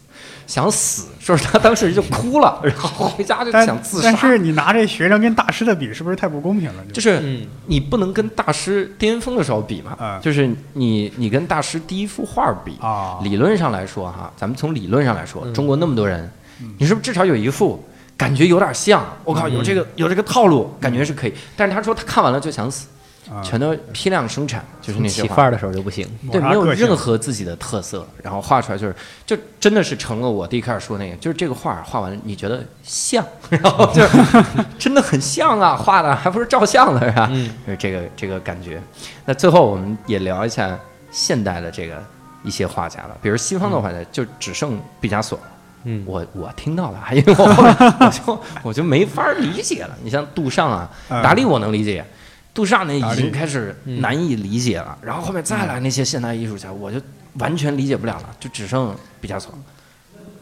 Speaker 1: 想死。”说是他当时 就哭了，然后回家就
Speaker 2: 但
Speaker 1: 想自杀。
Speaker 2: 但是你拿这学生跟大师的比，是不是太不公平了？就
Speaker 1: 就是是
Speaker 3: 嗯
Speaker 1: 你不能跟大师巅峰的时候比嘛，
Speaker 2: 嗯
Speaker 1: 就是你你跟大师第一幅画比，
Speaker 2: 啊，
Speaker 1: 理论上来说哈，咱们从理论上来说，中国那么多人，
Speaker 2: 嗯
Speaker 1: 你是不是至少有一幅感觉有点像？我靠，有这个有这个套路，感觉是可以。但是他说他看完了就想死，
Speaker 2: 嗯啊
Speaker 1: 全都批量生产，就是那些
Speaker 3: 起范
Speaker 1: 画。
Speaker 3: 儿的时候就不行，
Speaker 2: 抹
Speaker 1: 对，
Speaker 2: 杀
Speaker 1: 没有
Speaker 2: 个性
Speaker 1: 任何自己的特色，然后画出来就是，就真的是成了我第一开始说那个，就是这个画画完你觉得像， 然后 就是真的很像啊，画的还不是照相的是吧？
Speaker 3: 嗯，
Speaker 1: 就是这个这个感觉。那最后我们也聊一下现代的这个一些画家了，比如西
Speaker 2: 嗯
Speaker 1: 方的画家就只剩毕加索。
Speaker 3: 嗯
Speaker 1: 我我听到了，啊因为我后来 我就我就没法理解了。你像杜尚啊，
Speaker 2: 嗯
Speaker 1: 达利我能理解，杜尚那已
Speaker 2: 达
Speaker 1: 经
Speaker 2: 利
Speaker 1: 开始难以理解了。然后后面再来那些现代艺术家，我就完全理解不了了，就只剩毕加索。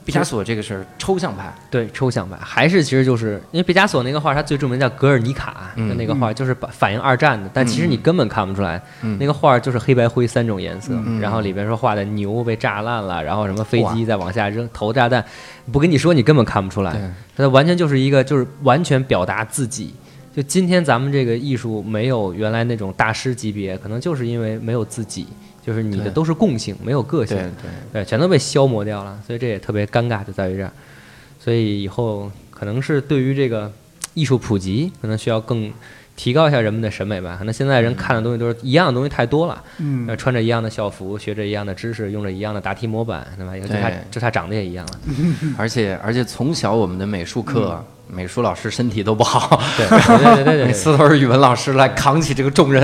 Speaker 1: 毕加索这个是抽象派，
Speaker 3: 对抽象派还是其实就是因为毕加索那个画，他最著名叫《格尔尼卡》
Speaker 1: 嗯
Speaker 3: 的那个画，就是反反映二战的，但其实你根本看不出来，
Speaker 1: 嗯
Speaker 3: 那个画就是黑白灰三种颜色，
Speaker 1: 嗯
Speaker 3: 然后里边说画的牛被炸烂了，然后什么飞
Speaker 1: 哇
Speaker 3: 机再往下扔投炸弹，不跟你说你根本看不出来，
Speaker 1: 对
Speaker 3: 它完全就是一个就是完全表达自己。就今天咱们这个艺术没有原来那种大师级别，可能就是因为没有自己，就是你的
Speaker 1: 对
Speaker 3: 都是共性，没有个
Speaker 1: 对
Speaker 3: 性，
Speaker 1: 对。
Speaker 3: 对，全都被消磨掉了，所以这也特别尴尬，就在于这儿。所以以后可能是对于这个艺术普及，可能需要更提高一下人们的审美吧。可能现
Speaker 1: 嗯
Speaker 3: 在人看的东西都是一样的东西太多了，
Speaker 2: 嗯
Speaker 3: 呃，穿着一样的校服，学着一样的知识，用着一样的答题模板，对吧？以后就差
Speaker 1: 对
Speaker 3: 就差长得也一 样了。
Speaker 1: 而且而且从小我们的美术课，美术老师身体都不好，
Speaker 3: 对对对对对
Speaker 1: 每
Speaker 3: 对
Speaker 1: 次都是语文老师来扛起这个重任，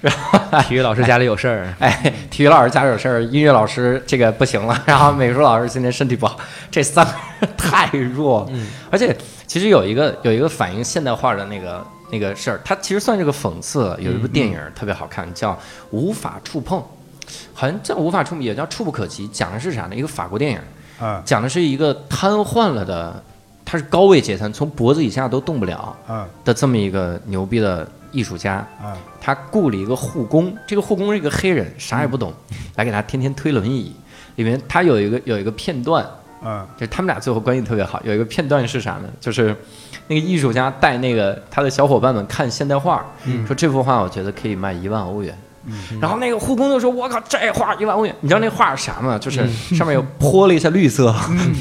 Speaker 1: 然后
Speaker 3: 对，体育老师家里有事 儿，
Speaker 1: 哎，体育老师家里有事儿，音乐老师这 个不行了，然后美术老师今天身体不好，这三个人太弱了，而且其实有一个有一个反映现代化的那个那个事儿，它其实算是个讽刺。有一部电影特别好看，叫《无法触碰》，好像叫《无法触碰》，也叫《触不可及》。讲的是啥呢？一个法国电影，
Speaker 2: 啊
Speaker 1: 讲的是一个瘫痪了的，他是高位阶层，从脖子以下都动不了
Speaker 2: 啊
Speaker 1: 的这么一个牛逼的艺术家。
Speaker 2: 啊
Speaker 1: 他雇了一个护工，这个护工是一个黑人，啥也不懂，来给他天天推轮椅。里面他有一个有一个片段，
Speaker 2: 啊
Speaker 1: 就是他们俩最后关系特别好。有一个片段是啥呢？就是那个艺术家带那个他的小伙伴们看现代画，说这幅画我觉得可以卖一万欧元。然后那个护工就说：“我靠，这画一万欧元！你知道那画是啥吗？就是上面有泼了一下绿色，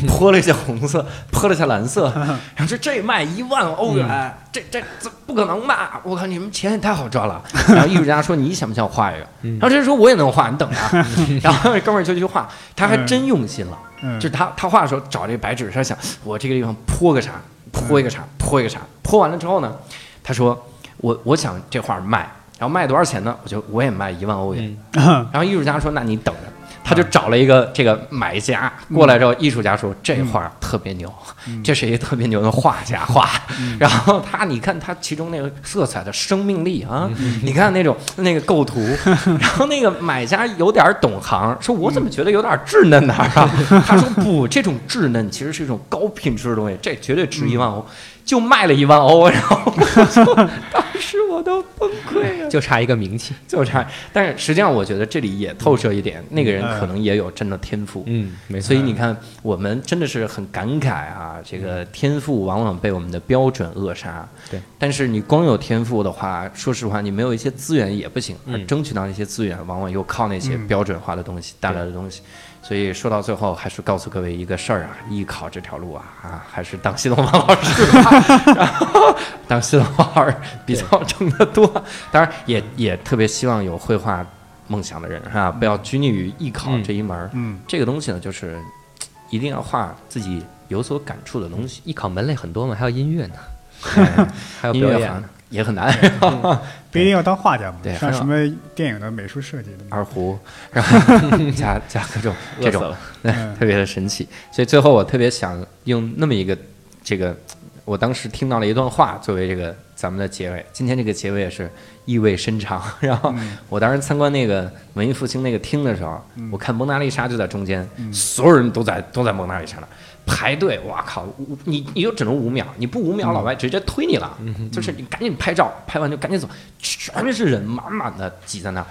Speaker 1: 泼了一下红色，泼了一下蓝色。然后说这卖一万欧元，这这这不可能吧？我靠，你们钱也太好赚了。 然后艺术家说：你想不想画一个？然后这人说：我也能画，你等着啊。然后那哥们儿就去画，他还真用心了。
Speaker 2: 嗯
Speaker 1: 就是他他画的时候找这白纸，他想我这个地方泼个啥，泼一个啥，泼一个啥，泼完了之后呢，他说我我想这画卖，然后卖多少钱呢？我就我也卖一万欧元。
Speaker 2: 嗯
Speaker 1: 然后艺术家说那你等着。他就找了一个这个买家过来之后，艺术家说这画特别牛，这是一个特别牛的画家画。然后他你看他其中那个色彩的生命力啊，你看那种那个构图，然后那个买家有点懂行，说我怎么觉得有点稚嫩呢？啊？他说不，这种稚嫩其实是一种高品质的东西，这绝对值一万欧，就卖了一万欧，然后我就 当时我都崩溃了，
Speaker 3: 就差一个名气。
Speaker 1: 就差。但是实际上，我觉得这里也透射一点，那个人可能也有真的天赋。
Speaker 3: 嗯，没
Speaker 1: 所以你看，我们真的是很感慨啊！这个天赋往往被我们的标准扼杀。
Speaker 3: 对，
Speaker 1: 但是你光有天赋的话，说实话，你没有一些资源也不行。
Speaker 3: 嗯
Speaker 1: 而争取到那些资源，往往又靠那些
Speaker 2: 嗯
Speaker 1: 标准化的东西带来的东
Speaker 3: 嗯
Speaker 1: 西。所以说到最后，还是告诉各位一个事儿啊：艺考这条路啊，啊，还是当新东方老师吧，然后当新东方老师比较挣得多。当然也，也特别希望有绘画梦想的人啊，不要拘泥于艺考
Speaker 3: 嗯
Speaker 1: 这一门儿。
Speaker 2: 嗯
Speaker 1: 这个东西呢，就是嘖一定要画自己有所感触的 东西。
Speaker 3: 艺考门类很多嘛，还有音乐呢，还有
Speaker 1: 音
Speaker 3: 表
Speaker 1: 乐
Speaker 3: 演
Speaker 1: 行
Speaker 3: 呢。
Speaker 1: 也很难，
Speaker 3: 嗯
Speaker 2: 不一定要当画家嘛
Speaker 1: 对，
Speaker 2: 像什么电影的美术设计的嘛，
Speaker 1: 二 胡，然后加加各种这
Speaker 3: 饿死
Speaker 1: 种
Speaker 3: 了，
Speaker 1: 对
Speaker 2: 嗯
Speaker 1: 特别的神奇。所以最后我特别想用那么一个这个，我当时听到了一段话作为这个咱们的结尾。今天这个结尾也是意味深长。然后我当时参观那个文艺复兴那个厅的时候，我看蒙娜丽莎就在中间，所有人都在都在蒙娜丽莎那儿排队。哇靠，五你你就只能五秒，你不五秒，老外直接推你了。就是你赶紧拍照，拍完就赶紧走，全是人满满的挤在那儿。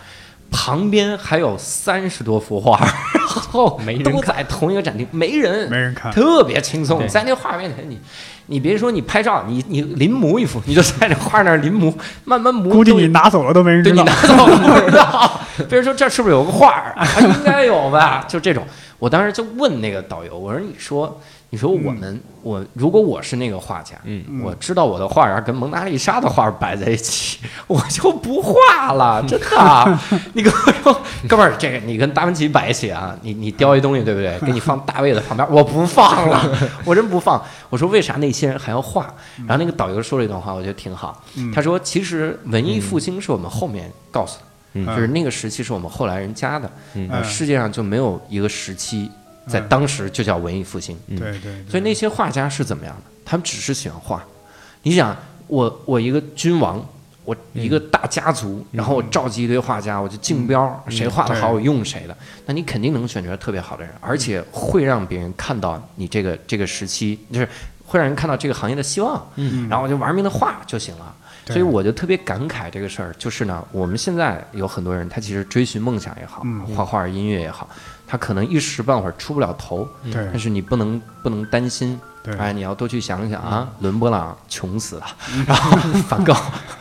Speaker 1: 旁边还有三十多幅画，然后
Speaker 3: 没人
Speaker 1: 都在同一个展厅，没人，
Speaker 2: 没人看
Speaker 1: 特别轻松。
Speaker 3: 对
Speaker 1: 在那画面前，你你别说你拍照，你你临摹一幅，你就在这画那儿临摹， 慢慢摹。
Speaker 2: 估计
Speaker 1: 都
Speaker 2: 你拿走了都没人
Speaker 1: 对
Speaker 2: 知
Speaker 1: 你
Speaker 2: 道
Speaker 1: 拿。走了不知道， 别人说这是不是有个画儿？啊应该有吧？ 就这种，我当时就问那个导游，我说：“你说，你说我们，
Speaker 2: 嗯
Speaker 1: 我如果我是那个画家，
Speaker 3: 嗯
Speaker 1: 我知道我的画儿要跟蒙娜丽莎的画儿摆在一起， 我就不画了，真的。啊 你跟我说，哥们儿，这个你跟达芬奇摆一起啊，你你雕一东西对不对？给你放大卫的旁边，我不放了，我真不放。我说为啥那些人还要画？然后那个导游说了一段话，我觉得挺好。他说，其实文艺复兴是我们后面告诉的。
Speaker 3: 嗯
Speaker 1: 就是那个时期是我们后来人加的，
Speaker 3: 嗯
Speaker 1: 呃世界上就没有一个时期在
Speaker 2: 嗯
Speaker 1: 当时就叫文艺复兴，
Speaker 3: 嗯
Speaker 2: 对对，对
Speaker 1: 所以那些画家是怎么样的？他们只是喜欢画。你想，我我一个君王，我
Speaker 2: 嗯
Speaker 1: 一个大家族，然后我召集一堆画家，我就竞标，谁画的好
Speaker 2: 嗯对
Speaker 1: 我用谁的。那你肯定能选择特别好的人，而且会让别人看到你这个这个时期，就是会让人看到这个行业的希望。
Speaker 2: 嗯
Speaker 1: 然后我就玩命的画就行了。
Speaker 2: 对
Speaker 1: 所以我就特别感慨这个事儿，就是呢，我们现在有很多人，他其实追寻梦想也好，
Speaker 2: 嗯
Speaker 1: 画画、音乐也好，他可能一时半会儿出不了头，
Speaker 2: 对
Speaker 1: 但是你不能不能担心，
Speaker 2: 对嗯
Speaker 1: 哎，你要多去想想啊，伦勃朗穷死 了，然后梵高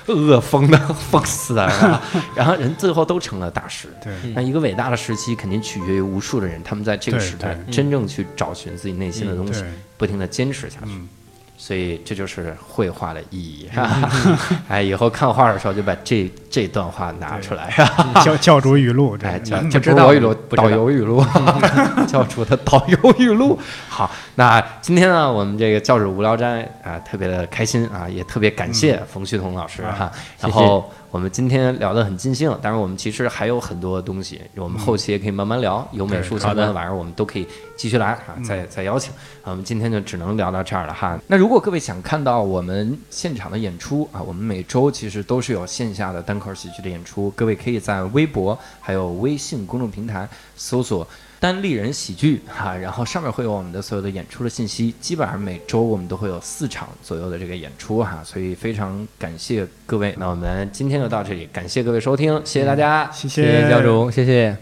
Speaker 1: 饿疯的 疯死了，然后 然后人最后都成了大师。
Speaker 2: 对
Speaker 1: 那一个伟大的时期，肯定取决于无数的人，他们在这个
Speaker 2: 对
Speaker 1: 时代
Speaker 2: 对嗯
Speaker 1: 真正去找寻自己内心的东西
Speaker 2: 对，
Speaker 1: 不停的坚持下去。
Speaker 2: 嗯
Speaker 1: 所以这就是绘画的意义，是吧？
Speaker 2: 嗯
Speaker 1: 哎，以后看画的时候就把这这段话拿出来，是吧？
Speaker 2: 教教主语录，
Speaker 1: 嗯哎，
Speaker 2: 这
Speaker 1: 这
Speaker 2: 嗯
Speaker 1: 这不
Speaker 3: 知
Speaker 1: 是
Speaker 3: 道
Speaker 1: 我语录，
Speaker 3: 不知道
Speaker 1: 导游语录， 教主的导游语 录。好，那今天呢，我们这个教主无聊斋啊，特别的开心啊，也特别感谢冯旭彤老师
Speaker 2: 啊
Speaker 1: 哈。
Speaker 3: 嗯谢
Speaker 1: 然后我们今天聊得很尽兴，但是我们其实还有很多东西，我们后期也可以慢慢聊，有美术相关的玩意儿，我们都可以继续来啊，再再邀请。啊，我们今天就只能聊到这儿了哈。那如果各位想看到我们现场的演出啊，我们每周其实都是有线下的单口喜剧的演出，各位可以在微博还有微信公众平台搜索。单立人喜剧哈、然后上面会有我们的所有的演出的信息，基本上每周我们都会有四场左右的这个演出哈、所以非常感嗯谢各位，那我们今天就到这里，感谢各位收听，谢谢大家，
Speaker 2: 谢
Speaker 1: 谢
Speaker 2: 谢
Speaker 1: 教主。
Speaker 3: 主，谢谢。